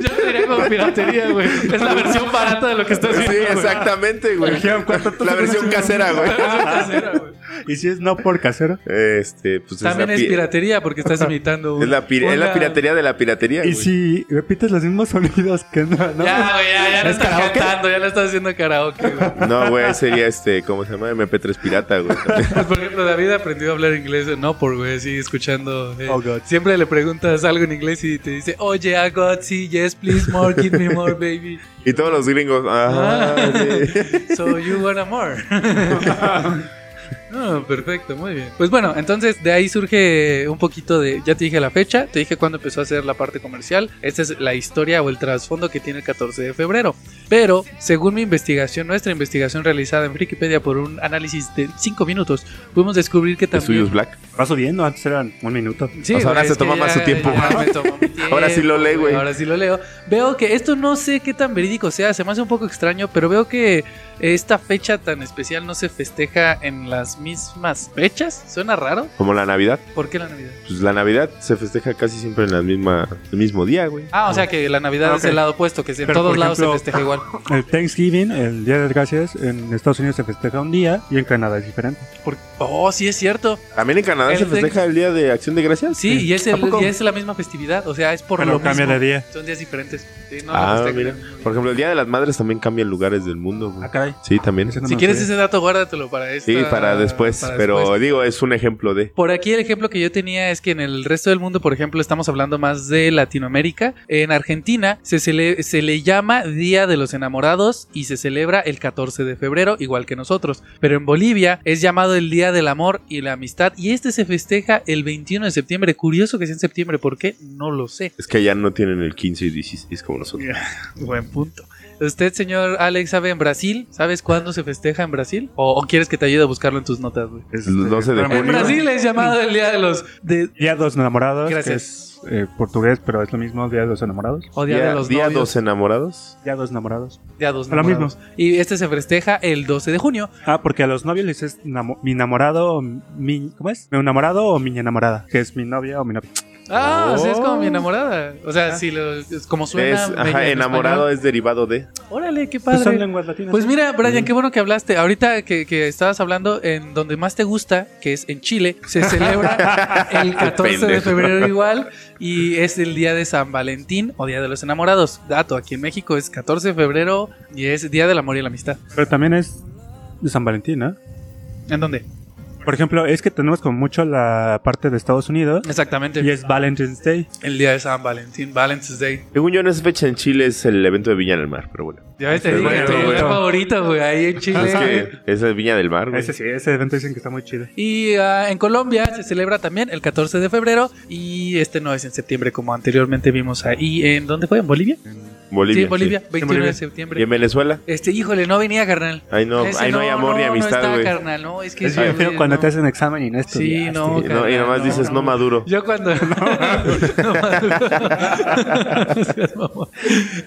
A: Yo sería como piratería, güey. Es la versión barata de lo que estás
B: Sí,
A: <laughs> viendo. güey.
B: exactamente, güey.
C: Dijeron, ¿cuánto tú
B: La
C: conoces?
B: versión casera, güey.
A: Casera, güey.
C: Y si es no por casero.
B: Este, pues
A: También
B: es,
A: es
B: la pi-
A: piratería porque estás imitando. un-
B: es la, pir- es la
A: una-
B: piratería de la piratería,
C: Y
B: güey.
C: si repites los mismos <laughs> sonidos que no. ¿no?
A: Ya, güey, ya, ya no
C: ¿Es
A: estás
C: karaoke?
A: cantando, ya lo estás haciendo karaoke, güey.
B: No, güey, sería este, ¿cómo se llama? MP3
A: <laughs>
B: pirata, güey.
A: Pues, por ejemplo, David aprendió a hablar inglés no por güey, así escuchando. eh,
C: Oh, God.
A: Siempre le preguntas algo en inglés y te dice, oye, I got sí, yes, please more, give me more, baby.
B: Y todos los gringos, ah,
A: <laughs> Ah.
B: sí.
A: So you want a more. <laughs> No, Ah, perfecto, muy bien. Pues bueno, entonces de ahí surge un poquito de. Ya te dije la fecha, te dije cuándo empezó a hacer la parte comercial. Esta es la historia o el trasfondo que tiene el 14 de febrero. Pero, según mi investigación, nuestra investigación realizada en Wikipedia por un análisis de 5 minutos, pudimos descubrir que
B: ¿De
A: también.
B: suyos black?
C: Va subiendo, antes eran un minuto.
A: Sí,
B: O sea, ahora
A: güey,
B: se
A: es que
B: toma más su tiempo.
A: ya me tomó mi tiempo,
B: <laughs> Ahora sí lo lee, güey.
A: Ahora sí lo leo. Veo que esto no sé qué tan verídico sea, se me hace un poco extraño, pero veo que esta fecha tan especial no se festeja en las mismas fechas. Suena raro.
B: Como la Navidad.
A: ¿Por qué la Navidad?
B: Pues la Navidad se festeja casi siempre en la misma, el mismo día, güey.
A: Ah, o sea que la Navidad
C: Ah,
A: es
C: ok.
A: el lado opuesto, que en
C: Pero,
A: todos
C: por
A: lados se
C: ejemplo-
A: festeja igual.
C: El Thanksgiving, el Día de las Gracias, en Estados Unidos se festeja un día y en Canadá es diferente.
A: Por- Oh, sí es cierto.
B: ¿También en Canadá
A: El
B: se festeja el Día de Acción de Gracias?
A: Sí, y es,
C: ¿A
A: el-
C: poco?
A: y es la misma festividad, o sea, es por
C: Pero
A: lo
C: cambia
A: mismo.
C: de día.
A: Son días diferentes. Sí, no la
B: Ah,
A: festejan
B: mira.
A: el mismo día.
B: Por ejemplo, el Día de las Madres también cambia en lugares del mundo, güey.
C: Ah, caray.
B: Sí, también.
C: Ese no
A: Si
C: me lo
A: quieres
C: sabía.
A: ese dato, guárdatelo para esto.
B: Sí, para después. pero digo, es un ejemplo de.
A: Por aquí el ejemplo que yo tenía es que en el resto del mundo, por ejemplo, estamos hablando más de Latinoamérica. En Argentina se, cele- se le llama Día de los Enamorados y se celebra el 14 de febrero, igual que nosotros. Pero en Bolivia es llamado el Día del Amor y la Amistad y este se festeja el 21 de septiembre. Curioso que sea en septiembre, ¿por qué? No lo sé.
B: Es que ya no tienen el 15 y 16 como nosotros.
A: Buen punto. ¿Usted, señor Alex, sabe en Brasil? ¿Sabes cuándo se festeja en Brasil? ¿O, o quieres que te ayude a buscarlo en tus notas? güey?
C: Es,
B: El 12 de
C: para
A: En
B: junio.
C: morir.
A: Brasil es llamado el Día de los... De,
C: Día de los enamorados. que
A: Gracias.
C: es, eh, portugués, pero es lo mismo, Día de los enamorados.
A: o Día, de los
B: Día
A: Novios.
B: dos enamorados.
C: Día de los enamorados.
A: Ya dos
C: Lo mismo.
A: enamorados. Y este se festeja el 12 de junio.
C: Ah, porque a los novios les es namo- mi enamorado, o mi, ¿cómo es? Mi enamorado o mi enamorada, que es mi novia o mi novia.
A: Ah,
B: Oh.
A: o sea, es como mi enamorada. O
C: Ah.
A: sea, si lo, es como suena.
B: es,
A: medio
B: ajá,
A: en
B: enamorado es derivado de.
A: español. Órale, qué
C: Pues son
A: padre.
C: lenguas latinas.
A: Pues mira, Brian,
C: Mm.
A: qué bueno que hablaste. Ahorita que, que estabas hablando en donde más te gusta, que es en Chile, se
B: <laughs>
A: celebra el 14 de
B: Pendejo.
A: febrero igual y es el día de San Valentín o Día de los Enamorados. Dato, aquí en México es 14 de febrero y es Día del Amor y la Amistad.
C: Pero también es de San Valentín, ¿no?
A: ¿En dónde?
C: Por ejemplo, es que tenemos como mucho la parte de Estados Unidos y
A: Exactamente.
C: es Valentine's Day.
A: El día de San Valentín, Valentine's Day.
B: Según yo, en esa fecha en Chile es el evento de Viña del Mar, pero bueno.
A: Ya ves, te
B: Es
A: digo,
B: bueno,
A: tu
B: güey.
A: lugar favorito, güey, ahí en Chile.
B: Es que esa es Viña del Mar, güey.
C: Ese sí, ese evento dicen que está muy chido.
A: Y ah, en Colombia se celebra también el 14 de febrero y este no es en septiembre como anteriormente vimos ahí. ¿En dónde fue? ¿En Bolivia? sí,
B: Bolivia.
A: en Bolivia,
B: sí.
A: 21
C: Bolivia.
A: de septiembre.
B: ¿Y en Venezuela?
A: Este, híjole, no venía, carnal.
B: Ahí no,
A: Ese
B: ahí no, hay amor ni
A: No
B: amistad,
A: está,
B: güey.
A: carnal, no, es que...
C: Es
A: ese,
C: bien feo
A: güey,
C: cuando
A: no.
C: te hacen examen y no estudiaste.
A: Sí, no,
B: y, no, y nomás
A: carnal,
B: dices, no, maduro.
A: Yo cuando. No, maduro. No seas mamón.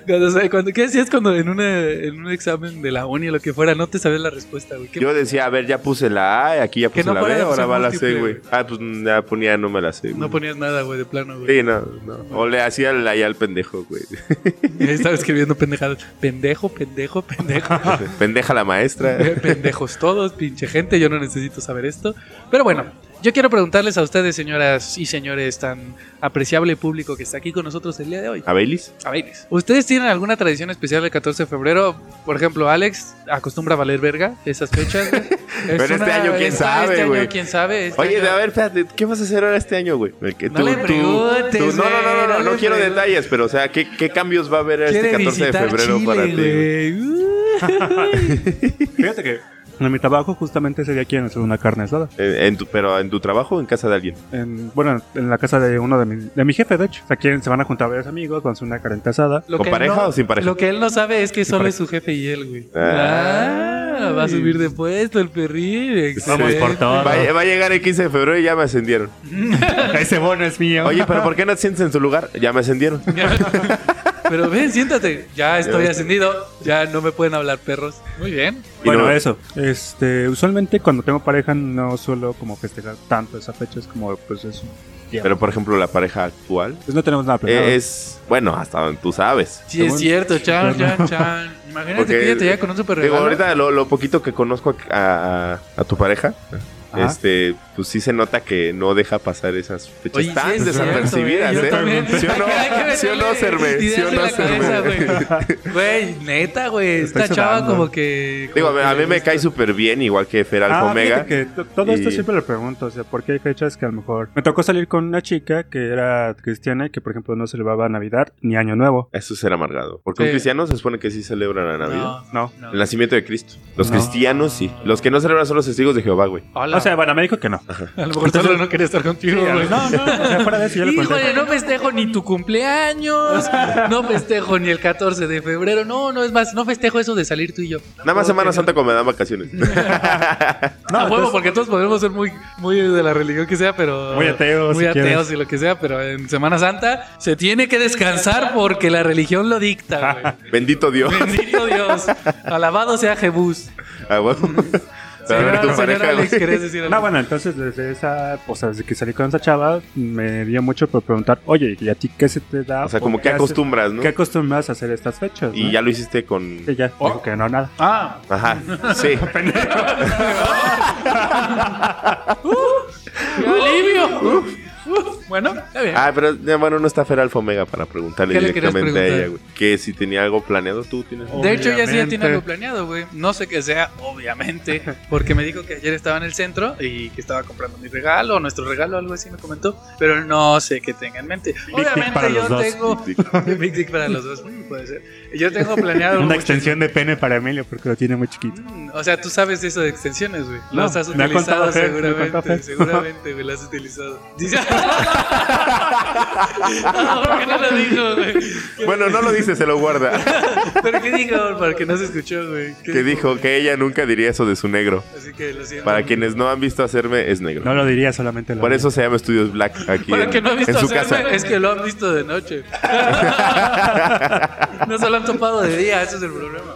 A: cuando, sabe- cuando- ¿Qué hacías cuando en, una, en un examen de la uni o lo que fuera no te sabías la respuesta, güey? ¿Qué
B: Yo decía, a ver, ya puse la A, aquí ya
A: Que
B: puse
A: no
B: la
A: fuera
B: B,
A: de
B: ahora
A: opción
B: va la C,
A: múltiple,
B: güey. Ah, pues mm, ya ponía, no me la sé.
A: No
B: güey.
A: ponías nada, güey, de plano, güey.
B: Sí, no, no. O le hacía la ya al pendejo, güey.
A: Ahí Estaba escribiendo pendejadas. Pendejo, pendejo, pendejo. <laughs>
B: <laughs> Pendeja la maestra.
A: Pendejos todos, pinche gente. Yo no necesito saber esto. Pero bueno, yo quiero preguntarles a ustedes, señoras y señores, tan apreciable público que está aquí con nosotros el día de hoy.
B: ¿A Baileys?
A: A bailes. ¿Ustedes tienen alguna tradición especial del 14 de febrero? Por ejemplo, Alex acostumbra a valer verga esas fechas.
B: <laughs>
A: güey. Es
B: Pero este año, ¿quién
A: esta-
B: sabe,
A: Este año,
B: güey?
A: quién sabe. Este
B: Oye,
A: año-
B: a ver, espérate, ¿qué vas a hacer ahora este año, güey? El que
A: No le preguntes,
B: no, no, no, no,
A: güey,
B: no,
A: no
B: no
A: le
B: quiero
A: preguntes.
B: detalles, pero o sea, ¿qué, qué cambios va a haber este
A: Quiere
B: 14 de
A: visitar
B: febrero
A: Chile,
B: para ti? güey? <laughs>
A: güey. <laughs>
C: Fíjate que en mi trabajo justamente ese día quieren hacer una carne asada.
B: En, Eh, en tu, pero en tu trabajo o en casa de alguien.
C: En, bueno, en la casa de uno de mi, de mi jefe, de hecho. O sea, quieren, se van a juntar varios amigos, van a hacer una carne
A: <laughs>
C: asada.
A: Lo
B: ¿Con
A: que
B: pareja
A: no-
B: o sin pareja?
A: Lo que él no sabe es que solo
C: pareja.
A: es su jefe y él, güey.
B: Ah.
A: Ah, va a subir de puesto el perrín.
C: Vamos por todo.
B: Va, va a llegar el 15 de febrero y ya me ascendieron.
C: Ese bono es mío.
B: Oye, pero ¿por qué no te sientes en su lugar? Ya me ascendieron.
A: excelente. Pero ven, siéntate. Ya estoy
B: Ya.
A: ascendido. Ya no me pueden hablar perros. Muy bien.
B: Y
C: Bueno,
B: no-
C: eso. Este, usualmente cuando tengo pareja no suelo como festejar tanto esas fechas como pues es tiempo.
B: Pero por ejemplo, la pareja actual
C: Pues no tenemos nada planeado. <laughs>
B: es, bueno, hasta donde tú sabes.
A: Sí, es
C: Según-
A: cierto, chan, chan, chan. Imagínate
B: Porque-
A: que ella te llega con un super
B: Digo,
A: regalo.
B: ahorita lo, lo poquito que conozco a, a- a tu pareja,
C: Ajá.
B: este, pues sí se nota que no deja pasar esas fechas
A: Oye, sí
B: tan
A: es cierto,
B: desapercibidas,
A: güey, yo
B: ¿eh?
A: también.
B: ¿Sí o
A: <laughs>
B: no?
A: Hay que
B: ¿Sí o no,
A: meterle
B: Cerme? ¿Sí o
A: ideas en
B: no,
A: la
B: Cerme?
A: cabeza,
C: Ah,
A: güey. Güey, neta, güey.
C: Estoy
A: Esta chava
C: sudando.
A: como que...
B: Digo, a
A: como
B: mí-
A: que
B: a mí
A: le
B: me
A: gusta.
B: cae súper bien, igual que Fer Alfa
C: Ah,
B: Omega.
C: fíjate que to- todo esto
B: y-
C: siempre lo pregunto, o sea, porque hay fechas que a lo mejor... Me tocó salir con una chica que era cristiana y que, por ejemplo, no celebraba Navidad ni Año Nuevo.
B: Eso es ser amargado. Porque
A: Sí.
B: un cristiano se supone que sí celebra la Navidad.
A: No,
C: No.
A: no.
B: El nacimiento de Cristo. Los
C: No.
B: cristianos sí. Los que no celebran son los testigos de Jehová, güey.
A: Hola.
C: O sea, bueno, me dijo que no.
A: a lo mejor tú solo no quería estar contigo, güey.
C: No, no, o sea, fuera de eso yo le
A: Híjole,
C: conté.
A: no festejo ni tu cumpleaños, no festejo ni el 14 de febrero, no, no es más, no festejo eso de salir tú y yo.
B: Nada más Semana Santa cuando me dan
A: <laughs>
B: vacaciones.
A: a
C: No,
A: huevo,
C: entonces-
A: porque todos podemos ser muy, muy de la religión que sea, pero.
C: Muy ateos,
A: Muy
C: si
A: ateos
C: quieres.
A: y lo que sea, pero en Semana Santa se tiene que descansar porque la religión lo
C: <laughs>
A: dicta,
B: Bendito Dios.
A: güey. Bendito Dios. Alabado sea Jebús.
B: <laughs> Ah, huevo. Pero a ver,
A: Señora-
B: tu
A: señora
B: pareja,
A: Alex,
B: güey.
C: <laughs>
A: ¿querés decir algo?
C: No, bueno, entonces desde esa, o sea, desde que salí con esa chava, me dio mucho por preguntar, oye, ¿y a ti qué se te da?
B: O sea, como que
C: qué haces-
B: acostumbras, ¿no?
C: ¿Qué acostumbras a hacer estas fechas?
B: Y
C: no?
B: ya lo hiciste con.
C: Y ya,
A: Oh.
C: dijo que no, nada.
A: Ah,
B: Ajá.
A: <laughs>
B: Sí.
A: qué alivio. Uf, bueno, está bien.
B: Ah, pero ya, bueno, no está Fer Alfa Omega para preguntarle
A: ¿Qué le querías
B: directamente a
A: preguntar? Oh.
B: ella, güey. Que si tenía algo planeado, tú tienes.
A: De hecho, ya sí ya tiene
C: Obviamente.
A: algo planeado, güey. No sé qué sea, obviamente, porque me dijo que ayer estaba en el centro y que estaba comprando mi regalo, nuestro regalo, algo así me comentó, pero no sé qué tenga en mente.
C: dick
A: Obviamente
C: para los
A: yo
C: dos,
A: tengo...
B: Tic,
A: <laughs>
B: tic.
A: Big dick para los dos, mm, puede ser. Yo tengo planeado...
C: Una
A: mucho-
C: extensión de pene para Emilio porque lo tiene muy chiquito.
A: Mm, O sea, tú sabes de eso de extensiones, güey.
C: No,
A: Las has
C: me ha
A: utilizado
C: contado Fer, me ha contado
A: seguramente.
C: Fer.
A: Seguramente, güey, las has utilizado.
C: <laughs>
A: Dice. ¿Por qué no lo dijo, güey? <laughs>
B: Bueno, no lo dice, se lo guarda. <laughs>
A: ¿Pero qué dijo? Para que no se escuchó, güey.
B: Que dijo que ella nunca diría eso de su negro.
A: Así que lo siento.
B: Para quienes no han visto hacerme, es negro.
C: No lo diría, solamente lo
B: Por eso se llama Estudios Black aquí
A: Para
B: en,
A: que no han visto
B: en su
A: hacerme,
B: casa.
A: es que lo han visto de
B: <laughs>
A: noche. no se lo han topado de día, ese es el problema.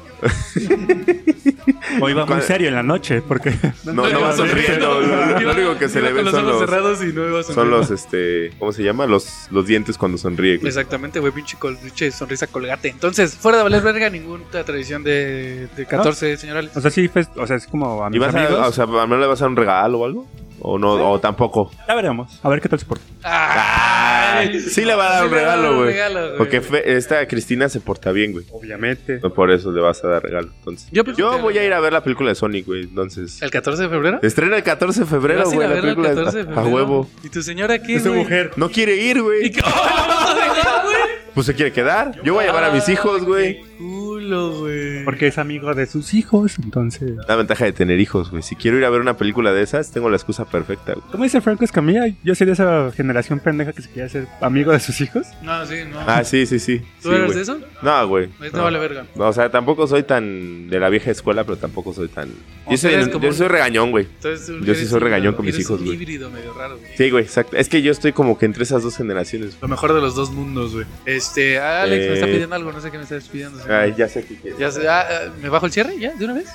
C: O iba muy
B: ¿Cuál-
C: serio en la noche
A: <laughs>
C: porque...
B: No, no va sonriendo. Lo, lo- lo único que se le
A: Iba con
B: ven
A: los
B: son
A: ojos
B: los,
A: cerrados y no iba a
B: son
A: sonreír.
B: los, este, ¿cómo se llama? Los, los dientes cuando sonríe. güey.
A: Exactamente, güey, pinche, col- pinche sonrisa colgate. Entonces, fuera de valer verga, ninguna tradición de, de 14 señorales.
C: O sea, sí, fue- o sea, es como a
B: ¿Y
C: mis
B: vas a, o
C: amigos.
B: sea, ¿a Manuel le vas a dar un regalo o algo? ¿O no? ¿O tampoco?
C: Ya veremos. A ver qué tal se porta.
A: Ay,
B: Ah, sí le va a dar un
A: le va a
B: regalo, güey.
A: regalo, güey.
B: Porque fe- esta Cristina se porta bien, güey.
C: Obviamente.
B: No por eso le vas a dar regalo. Entonces,
A: Yo pensé que-
B: voy a ir a ver la película de Sonic, güey. Entonces,
A: ¿El 14 de febrero?
B: estrena el 14 de febrero,
A: ¿Vas a ir
B: güey.
A: a
B: La
A: verla el
B: película
A: 14 de
B: a
A: febrero?
B: huevo.
A: ¿Y tu señora qué,
C: Es una
A: güey?
C: mujer.
B: No quiere ir,
A: ¿Y
B: güey.
A: qué? ¡Oh, la vamos a dejar, güey!
B: Pues se quiere quedar. Yo voy a llevar a mis
A: Ah,
B: hijos, güey.
A: Qué Culo, güey.
C: Porque es amigo de sus hijos, entonces...
B: La ventaja de tener hijos, güey. Si quiero ir a ver una película de esas, tengo la excusa perfecta, güey.
C: Como dice Franco Escamilla, yo soy de esa generación pendeja que se quiere hacer amigo de sus hijos.
A: No, sí, no.
B: Ah, sí, sí, sí.
A: ¿Tú
B: Sí,
A: eres
B: güey.
A: de eso?
B: No, güey.
A: Ahí te
B: No.
A: vale verga.
B: No, o sea, tampoco soy tan de la vieja escuela, pero tampoco soy tan.
A: O
B: Yo
A: sea,
B: soy,
A: eres como
B: yo
A: un-
B: soy regañón, güey.
A: Entonces, tú
B: Yo sí
A: eres
B: soy regañón
A: híbrido,
B: con mis
A: eres
B: hijos,
A: un
B: güey.
A: híbrido medio raro, güey.
B: Sí, güey, exacto. Es que yo estoy como que entre esas dos generaciones.
A: Lo mejor de los dos mundos, güey. Este, Alex me está
B: Eh.
A: pidiendo algo, no sé qué me estás pidiendo. señor.
B: Ay, ya sé que quieres.
A: Ya se- ah, ah, ¿Me bajo el cierre ya? ¿De una vez?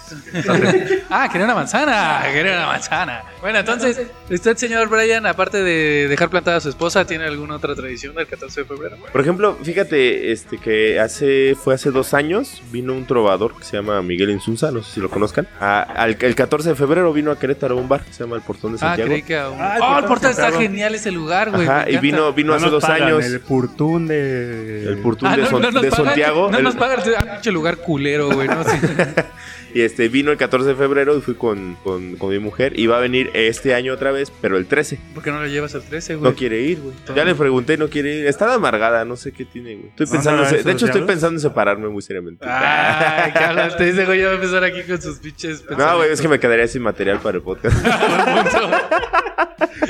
A: <laughs> ah, quería una manzana, quería una manzana. Bueno, entonces, ¿usted, señor Brian, aparte de dejar plantada a su esposa, tiene alguna otra tradición del 14 de febrero?
B: Por ejemplo, fíjate este que hace fue hace dos años vino un trovador que se llama Miguel Insunza, no sé si lo conozcan. A- al- el 14 de febrero vino a Querétaro a un bar que se llama El Portón de
A: Ah,
B: Santiago.
A: creí que aún...
C: Ah, el
A: ¡Oh, el
C: portal
A: portal está
C: Santiago.
A: genial ese lugar, güey!
B: Ajá,
A: me
B: y
A: encanta.
B: vino vino
C: No
B: hace
C: nos
B: dos
C: pagan eh,
B: años.
C: El
B: El,
C: purtún de.
B: Portún
A: Ah,
B: de,
A: no,
B: Son-
A: no nos
B: de
A: pagan,
B: Santiago.
A: No
B: el-
A: nos pagan este pinche lugar culero, güey. No, Sí. <laughs>
B: Y este vino el 14 de febrero y fui con, con, con mi mujer. Y va a venir este año otra vez, pero el 13.
A: ¿Por qué no lo llevas al 13, güey?
B: No quiere ir, güey. Ya le pregunté, no quiere ir. Está de amargada, no sé qué tiene, güey.
A: Ah,
B: Estoy
C: No,
B: pensando,
C: no,
B: en se-
C: eso
B: de hecho,
C: ya
B: estoy
C: ves.
B: pensando en separarme muy seriamente.
A: Ay,
B: <laughs>
A: cabrón, te dice, güey, ya va a empezar aquí con sus pinches
B: no, güey, es que me quedaría sin material para el podcast. <laughs>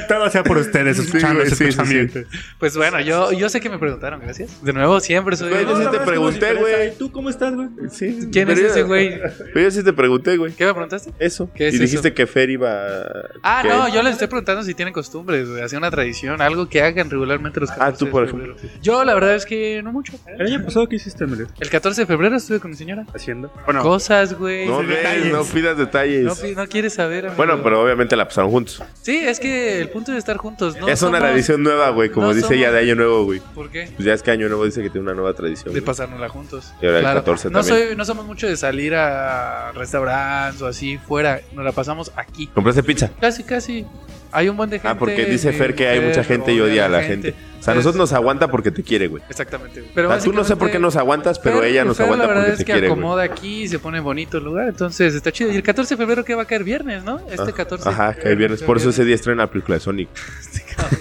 C: Todo sea por ustedes, escuchando
B: güey, <laughs>
C: ese
B: sí, sí, sí.
C: pensamiento.
A: Pues bueno, yo, yo sé que me preguntaron, gracias. De nuevo, siempre soy...
B: Güey, yo sí te pregunté, güey.
C: ¿Tú cómo estás, güey?
B: Sí,
A: <laughs> ¿Quién es
B: pero yo-
A: ese güey?
B: Pero yo sí te pregunté, güey.
A: ¿Qué me preguntaste?
B: Eso.
A: ¿Qué es
B: y dijiste
A: eso?
B: que Fer iba. a-
A: Ah,
B: que-
A: no, yo les estoy preguntando si tienen costumbres, güey, hacer una tradición, algo que hagan regularmente los 14
B: Ah, tú, por
A: de febrero. Yo la verdad es que no mucho.
C: El año pasado, ¿qué hiciste, Emilio?
A: El 14 de febrero estuve con mi señora.
C: Haciendo. Bueno,
A: Cosas, güey.
B: No,
A: No,
B: ves,
C: detalles.
B: no pidas detalles.
A: pi- no quieres saber. amigo.
B: bueno, pero obviamente la pasaron juntos.
A: Sí, es que el punto es estar juntos, ¿no?
B: es una
A: somos-
B: tradición nueva, güey, como
A: no
B: dice
A: somos-
B: ella de Año Nuevo, güey.
A: ¿Por qué?
B: Pues ya es que Año Nuevo dice que tiene una nueva tradición.
A: De
B: güey.
A: pasárnosla juntos.
B: Y ahora el 14
A: no,
B: también.
A: soy- no somos mucho de salir a restaurantes o así fuera. Nos la pasamos aquí.
B: ¿Compraste pizza?
A: Casi, casi. Hay un buen de gente.
B: Ah, porque dice
A: que-
B: Fer que hay mucha gente y odia a la gente. O sea, a nosotros nos aguanta porque te quiere, güey.
A: Exactamente. güey. Pero
B: O sea, tú no sé por qué nos aguantas, pero
A: Fer-
B: ella nos
A: Fer,
B: aguanta
A: La verdad
B: porque
A: es
B: te
A: que
B: quiere, güey.
A: acomoda aquí y se pone bonito el lugar. Entonces está chido. Y el 14 de febrero que va a caer viernes, ¿no? Este 14.
B: Ah, Ajá, que el viernes. Por eso ese día estrena la película de Sonic.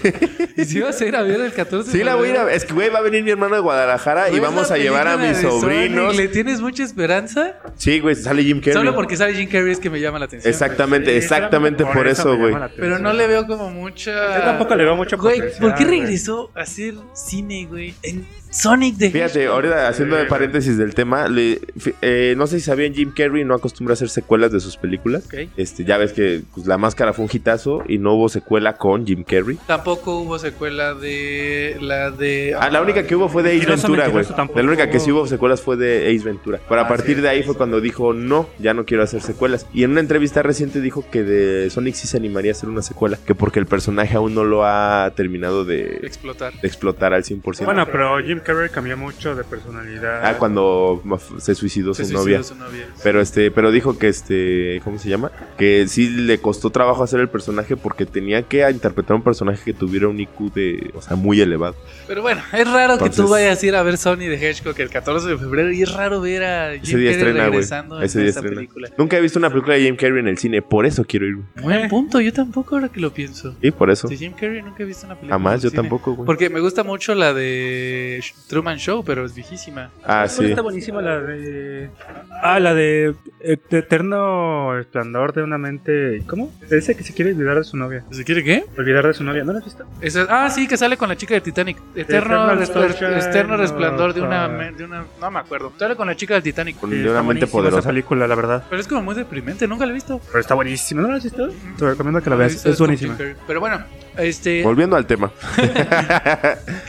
A: <laughs> ¿Y si vas a ir a ver el 14? de
B: Sí, la voy a ir a
A: febrero?
B: ver. Es que, güey, va a venir mi hermano de Guadalajara
A: ¿No
B: y
A: es
B: vamos
A: la
B: a llevar a
A: película
B: mis
A: de Sonic?
B: sobrinos.
A: ¿Le tienes mucha esperanza?
B: Sí, güey, sale Jim Carrey.
A: Solo porque sale Jim Carrey es que me llama la atención.
B: Exactamente,
C: eh,
D: Sí,
B: exactamente por eso,
D: me
B: güey.
D: llama la atención.
A: Pero no le veo como mucha.
D: Yo tampoco le veo mucho
A: Güey,
D: potencial,
A: ¿por qué
D: güey.
A: regresó a hacer cine, güey? En Sonic de
B: Fíjate, ahorita haciendo de paréntesis del tema, le- fi- eh, no sé si sabían, Jim Carrey no acostumbra a hacer secuelas de sus películas.
A: Ok.
B: Este, ya ves que pues, la máscara fue un hitazo y no hubo secuela con Jim Carrey.
A: Tampoco hubo secuela de la de.
B: Ah, la única que hubo fue de Ace
D: Mentiroso,
B: Ventura, güey.
D: mentiroso tampoco.
B: La única que sí hubo secuelas fue de Ace Ventura. Pero a
D: Ah,
B: partir
D: sí.
B: de ahí fue cuando dijo, no, ya no quiero hacer secuelas. Y en una entrevista reciente dijo que de Sonic sí se animaría a hacer una secuela, que porque el personaje aún no lo ha terminado de,
A: explotar.
B: de explotar al 100%.
C: Bueno, pero Jim Carrey cambió mucho de personalidad.
B: ah, cuando maf- se suicidó
A: Se
B: su
A: suicidó
B: novia.
A: su novia.
B: Pero este, pero dijo que este, ¿cómo se llama? Que sí le costó trabajo hacer el personaje porque tenía que interpretar un personaje que tuviera un IQ de, o sea, muy elevado.
A: Pero bueno, es raro que tú
B: Entonces-
A: vayas a ir a ver Sonic de Hedgehog el 14 de febrero y es raro ver a Jim
B: Ese
A: Carrey
B: día estrena, güey.
A: regresando
B: Ese
A: en
B: día
A: esta
B: estrena.
A: película.
B: Nunca he visto una película de Jim Carrey en el cine, por eso quiero ir. güey.
A: Buen punto, yo tampoco ahora que lo pienso.
B: Y por eso.
A: De Jim Carrey nunca he visto una película.
B: Jamás,
A: en
B: yo
A: cine.
B: tampoco, güey.
A: Porque me gusta mucho la de Sh- Truman Show, pero es viejísima.
B: Ah,
C: Bueno,
B: sí.
C: Está buenísima la de. Ah, la de. eh, de Eterno esplendor de una mente. ¿Cómo? Se dice que se quiere olvidar de su novia.
A: ¿Se quiere qué?
C: Olvidar de su novia. ¿No la has visto?
A: Esa- ah, sí, que sale con la chica del Titanic. Eterno,
C: Eternal
A: respl-
C: Sunshine
A: eterno resplandor de
C: of
A: una,
C: a-
A: me- de una. No me acuerdo. Sale con la chica del Titanic.
B: Con
C: Sí,
B: Mm, de una
C: está
B: mente
C: buenísima Esa
B: poderosa.
C: película, la verdad.
A: Pero es como muy deprimente, nunca la he visto.
C: Pero está buenísima. ¿No la has visto? Te recomiendo que la
A: Nunca he
C: veas.
A: visto
C: Es
A: con
C: buenísima.
A: Jim Carrey. Pero bueno, este.
B: Volviendo al tema.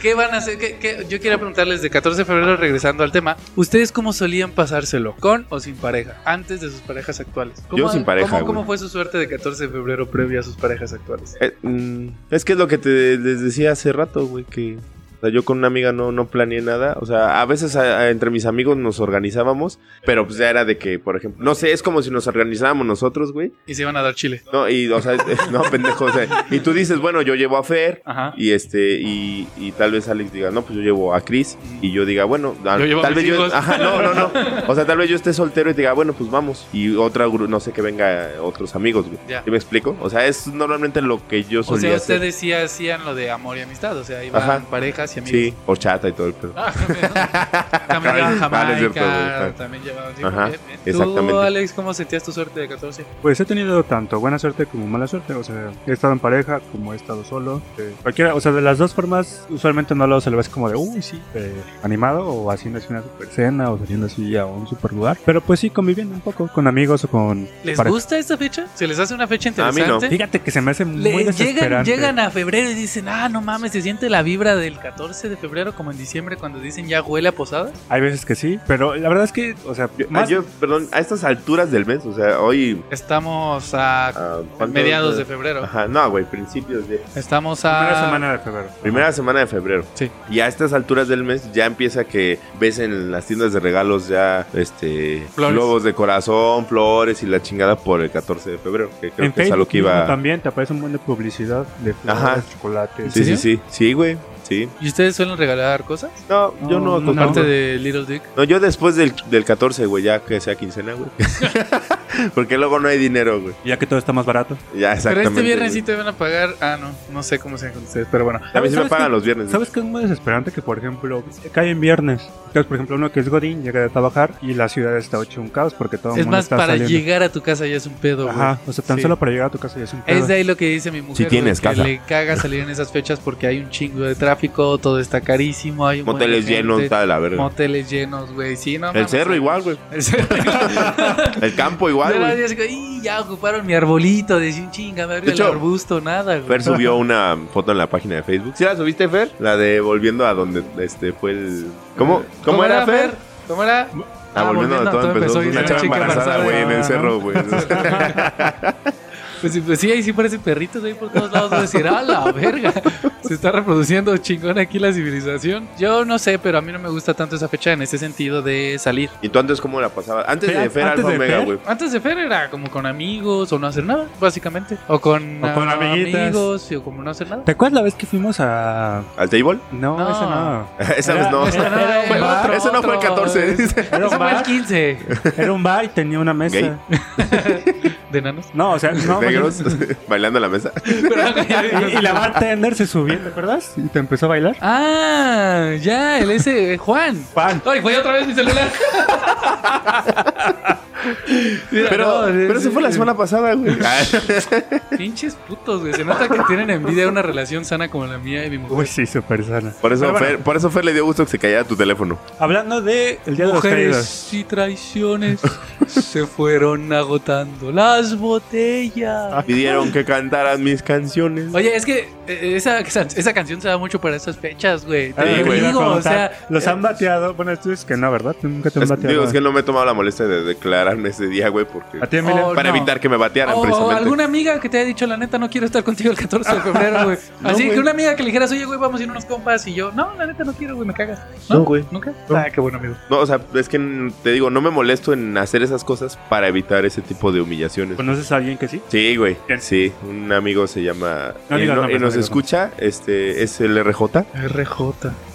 A: ¿Qué van a hacer? ¿Qué- qué? Yo quería preguntarles de 14 de febrero, regresando al tema, ¿ustedes cómo solían pasárselo? ¿Con o sin pareja? Antes de sus parejas actuales. ¿Cómo-
B: Yo sin pareja,
A: ¿Cómo,
B: güey.
A: cómo fue su suerte de 14 de febrero previa a sus parejas actuales?
B: Eh, mm, es que es lo que te les decía hace rato, güey, que o sea, yo con una amiga no, no planeé nada. O sea, a veces a- a- entre mis amigos nos organizábamos, pero pues ya era de que, por ejemplo, no sé, es como si nos organizábamos nosotros, güey.
A: Y se iban a dar chile.
B: No, y, o sea, este, <laughs> no, pendejo, o sea, y tú dices, bueno, yo llevo a Fer.
A: Ajá.
B: Y este, y, y tal vez Alex diga, no, pues yo llevo a Chris. Y yo diga, bueno, a-
A: Yo llevo a
B: tal
A: mis
B: vez yo.
A: hijos.
B: Ajá, no, no, no. O sea, tal vez yo esté soltero y te diga, bueno, pues vamos. Y otra, gru- no sé, que venga otros amigos, güey.
A: Ya.
B: ¿Sí me explico? O sea, es normalmente lo que yo
A: O sea,
B: solía hacer.
A: ustedes sí hacían lo de amor y amistad, o sea, iban
B: Ajá.
A: parejas y amigos.
B: Sí, o chata y todo el pedo.
A: Ah, también llevaban
B: Vale, es cierto,
A: Jamaica,
B: güey.
A: también llevaban... sí,
B: Ajá,
A: bien, bien. ¿Tú,
B: exactamente.
A: Alex, cómo sentías tu suerte de 14?
C: Pues he tenido tanto buena suerte como mala suerte. O sea, he estado en pareja como he estado solo. Eh, cualquiera, o sea, de las dos formas, usualmente no lo ves como de, uy, sí, eh, animado o haciendo así una super cena o saliendo así a un super lugar. Pero pues sí, conviviendo un poco con amigos o con.
A: ¿Les
C: pareja.
A: gusta esta fecha? ¿Se les hace una fecha
B: A mí
A: interesante?
B: no.
C: Fíjate que se me hace muy
A: Le- llegan,
C: desesperante.
A: llegan a febrero y dicen, ah, no mames, se siente la vibra del 14 de febrero como en diciembre cuando dicen ya huele a posada.
C: Hay veces que sí, pero la verdad es que, o sea,
B: Yo- ah,
C: más-
B: yo, perdón, a estas alturas del mes, o sea, hoy.
A: Estamos a
B: ah, ¿cuánto-
A: mediados de febrero.
B: Ajá, no, güey, principios de.
A: Estamos
C: primera
A: a...
C: semana de febrero.
B: Primera semana de febrero.
A: Sí.
B: Y a estas alturas del mes ya empieza que ves en las tiendas de regalos ya este
A: Flores.
B: globos de corazón, flores y la chingada por el 14 de febrero, que creo
C: en
B: que es a lo
C: Facebook
B: que iba.
C: también te aparece un buen de publicidad de flores,
B: Ajá.
C: chocolates.
B: Sí,
A: serio?
B: sí, sí. Sí, güey. Sí.
A: ¿Y ustedes suelen regalar cosas?
B: No, yo no,
C: No, no.
B: comparto-
A: Aparte de Little Dick.
B: No, yo después del, del 14, güey, ya que sea quincena, güey. Porque luego no hay dinero, güey.
C: Ya que todo está más barato.
B: Ya,
A: Pero
B: exactamente.
A: este viernes sí
B: güey.
A: te van a pagar... Ah, no, no sé cómo sean con ustedes, pero bueno.
B: A mí se me
C: ¿Sabes
B: pagan
C: qué?
B: los viernes.
C: ¿Sabes qué es muy desesperante? Que, por ejemplo, cae en viernes. Entonces, por ejemplo, uno que es Godín llega de trabajar y la ciudad está hecho un caos porque todo el
A: Es
C: mundo
A: más,
C: está
A: para
C: saliendo.
A: llegar a tu casa ya es un pedo, güey.
C: Ajá, o sea, tan
A: Sí.
C: solo para llegar a tu casa ya es un pedo.
A: Es de ahí lo que dice mi mujer.
B: Si tienes
A: güey, que
B: casa.
A: le caga salir en esas fechas porque hay un chingo de tráfico, todo está carísimo, hay un buen de
B: Moteles llenos,
A: gente,
B: está de la verga.
A: Moteles llenos, güey. Sí, no
B: El
A: mames,
B: cerro
A: güey.
B: igual, güey.
A: El
B: <laughs>
A: cerro igual.
B: El campo igual,
A: Yo la
B: güey.
A: vi así como, "Ih, ya ocuparon mi arbolito, decía un chinga, me abrió
B: De
A: el
B: hecho,
A: arbusto, nada, güey.
B: Fer subió una foto en la página de Facebook. ¿Sí la subiste, Fer? La de volviendo a donde este fue el. ¿Cómo? ¿Cómo, era, Fer?
A: ¿Cómo era? Ah,
B: Ah, volviendo a donde todo empezó.
A: y
B: <laughs> una chava embarazada, güey, en el cerro, güey.
A: Pues, sí, pues sí, ahí sí parecen perritos ahí por todos lados. Voy a decir, ¡ah, la
C: <laughs>
A: verga! Se está reproduciendo chingón aquí la civilización. Yo no sé, pero a mí no me gusta tanto esa fecha en ese sentido de salir.
B: ¿Y tú antes cómo la pasabas? Antes
C: Fer-
B: de Fer
C: antes
B: Alfa
C: de
B: Omega,
C: Fer.
B: güey.
A: Antes de Fer era como con amigos o no hacer nada, básicamente. O con,
C: O con
A: ah,
C: amiguitas.
A: amigos y- o como no hacer nada.
C: ¿Te acuerdas la vez que fuimos a.?
B: ¿Al table? <laughs>
C: No,
A: No.
C: esa no.
B: Esa
C: Era-
B: vez no.
C: esa- <laughs> Era un
A: el
C: bar. eh,
B: Ese no fue el 14,
A: es-
B: dice.
A: Ese fue el
C: bar.
A: 15
C: Era un bar y tenía una mesa.
B: Gay.
A: de
C: <laughs>
A: nanos.
B: <laughs>
C: No, o sea, no.
B: Negros <laughs> bailando a la mesa.
A: <laughs>
C: Y, y la bartender se subió, ¿te acuerdas? Y te empezó a bailar.
A: Ah, ya, el ese Juan.
C: Juan.
A: Ay, fue otra vez mi
B: <laughs>
A: celular. Mira,
B: Pero,
A: no,
B: pero
A: es-
B: se fue la semana pasada, <laughs> güey.
A: Pinches putos, güey. Se nota que tienen envidia de una relación sana como la mía y mi mujer.
C: Uy, sí, su persona.
B: Por eso,
C: Pero bueno,
B: Fer, por eso Fer le dio gusto que se callara tu teléfono.
C: Hablando de el Día de los Caídos.
A: Mujeres y traiciones se fueron agotando las botellas.
B: Pidieron que cantaras mis canciones.
A: Oye, es que eh, esa, esa canción se da mucho para esas fechas, güey.
C: Ah,
A: Te
B: Sí,
C: lo que
B: güey.
C: te iba a
A: digo, o
C: preguntar.
A: sea, eh,
C: los han bateado. Bueno, tú dices que no, ¿verdad? Tú Nunca te han
B: Es-
C: bateado.
B: digo, es que no me he tomado la molestia de declararme ese día, güey, porque...
C: A ti, Emilia.
A: Oh,
B: Para
A: no. Oh,
B: evitar que me batearan,
A: O
B: precisamente.
A: alguna amiga que te haya dicho, la neta, no quiero estar contigo el 14 de febrero, güey.
B: <laughs> No,
A: Así
B: güey.
A: que una amiga que le dijeras, oye, güey, vamos a ir unos compas. Y yo, no, la neta, no quiero, güey, me cagas.
B: No, güey.
A: ¿Nunca?
B: No.
A: Ah, qué bueno, amigo.
B: No, o sea, es que mm, te digo, no me molesto en hacer esas cosas para evitar ese tipo de humillaciones.
C: ¿Conoces a alguien que sí?
B: Sí, güey.
C: Bien.
B: Sí, un amigo se llama...
C: No
B: y
C: digas
B: no- y
C: nombres, no
B: nos
C: digas
B: escucha, este, es el RJ.
A: RJ.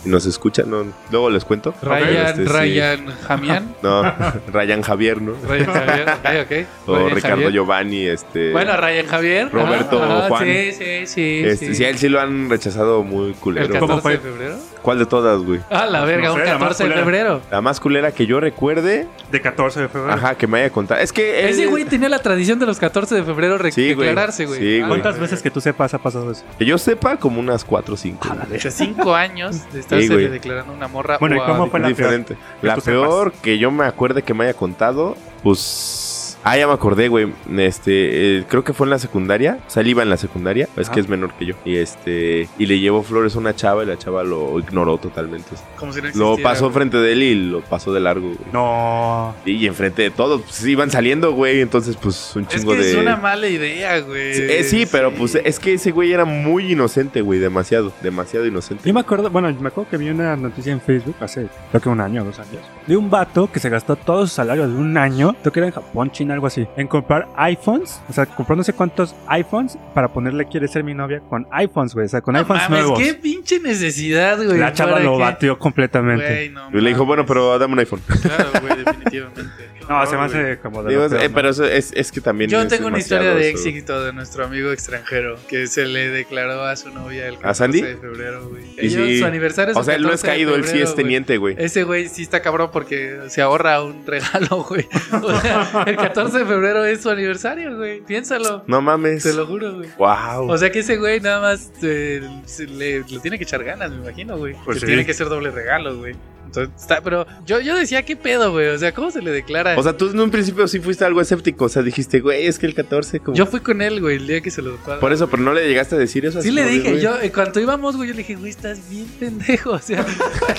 B: y Nos escucha, no, luego les cuento. Pero,
A: Ryan,
B: este, sí.
A: Ryan, Jamián.
B: No, <laughs> Ryan Javier, ¿no?
A: Ryan Javier, ok, ok.
B: <laughs> O
A: Ryan
B: Ricardo
A: Javier.
B: Giovanni, este...
A: Bueno, Ryan Javier.
B: Roberto Juan.
A: Sí, sí, sí.
B: este, sí.
A: sí.
B: a él sí lo han rechazado muy
A: ¿El
B: culero.
A: 14
C: ¿Cómo fue?
A: de febrero?
B: ¿Cuál de todas, güey?
A: Ah, la verga,
C: No sé,
A: un
C: la más
A: 14 de
C: culera.
A: febrero.
B: La más culera que yo recuerde,
C: De 14 de febrero.
B: ajá, que me haya contado. Es que él-
A: Ese güey tenía la tradición de los 14 de febrero re-
B: Sí, güey.
A: declararse, güey.
B: Sí, güey.
C: ¿Cuántas veces que tú sepas ha pasado eso?
B: que yo sepa como unas 4 o 5.
A: Hace cinco años de estarse
B: güey.
A: declarando una morra.
C: Bueno, ¿y
A: o a-
C: cómo fue la peor?
B: diferente. La
C: tú
B: peor que yo me acuerde que me haya contado, pues. Ah, ya me acordé, güey. Este, eh, creo que fue en la secundaria. O sea, él iba en la secundaria. Es
C: Ajá.
B: que es menor que yo. Y este, y le llevó flores a una chava y la chava lo ignoró totalmente.
A: Como si no
B: Lo
A: existiera,
B: pasó
A: güey.
B: frente de él y lo pasó de largo, güey.
C: No.
B: Y enfrente de todos, pues iban saliendo, güey. Entonces, pues un
A: Es
B: chingo
A: que
B: de.
A: es una mala idea, güey.
B: Sí, eh, sí, pero pues es que ese güey era muy inocente, güey. Demasiado, demasiado inocente.
C: Yo me acuerdo, bueno, me acuerdo que vi una noticia en Facebook hace creo que un año o dos años de un vato que se gastó todo su salario de un año, creo que era en Japón, China, algo así, en comprar iPhones, o sea, compró no sé cuántos iPhones para ponerle quiere ser mi novia con iPhones, güey, o sea, con
A: No
C: iPhones
A: mames,
C: nuevos.
A: qué pinche necesidad, güey.
C: La chava
A: ¿Para
C: lo
A: qué?
C: batió completamente.
A: Güey, no
B: Y le dijo,
A: mames.
B: bueno, pero dame un iPhone.
A: <laughs> Claro, güey, definitivamente.
C: <laughs> No, se me
A: güey.
C: hace como de.
B: Digo,
C: lo
B: eh,
C: peor, ¿no?
B: pero eso es, es que también.
A: Yo
B: es
A: tengo una historia
B: demasiado
A: de
B: eso.
A: éxito de nuestro amigo extranjero que se le declaró a su novia el 14
B: Sandy?
A: de febrero, güey.
B: Y
A: Ellos-
B: sí.
A: Su aniversario es
B: O
A: el
B: sea, él no es
A: 14 de
B: caído, él sí
A: febrero,
B: es
A: güey.
B: teniente, güey.
A: Ese güey sí está cabrón porque se ahorra un <laughs> regalo, güey. O sea, el 14 de febrero es su aniversario, güey. Piénsalo.
B: No mames.
A: Te lo juro, güey.
B: Wow.
A: O sea que ese güey nada más eh, se le, le tiene que echar ganas, me imagino, güey.
C: Pues
A: que
C: sí.
A: tiene que ser doble regalo, güey. Entonces, está, pero yo, yo decía, ¿qué pedo, güey? O sea, ¿cómo se le declara?
B: O sea, tú en un principio sí fuiste algo escéptico. O sea, dijiste, güey, es que el 14 como.
A: yo fui con él, güey, el día que se lo cuadra.
B: Por eso, pero no le llegaste a decir eso.
A: Sí
B: así
A: le
B: como de,
A: dije,
B: güey.
A: yo, en cuanto íbamos, güey, yo le dije, güey, estás bien pendejo. <laughs> O sea,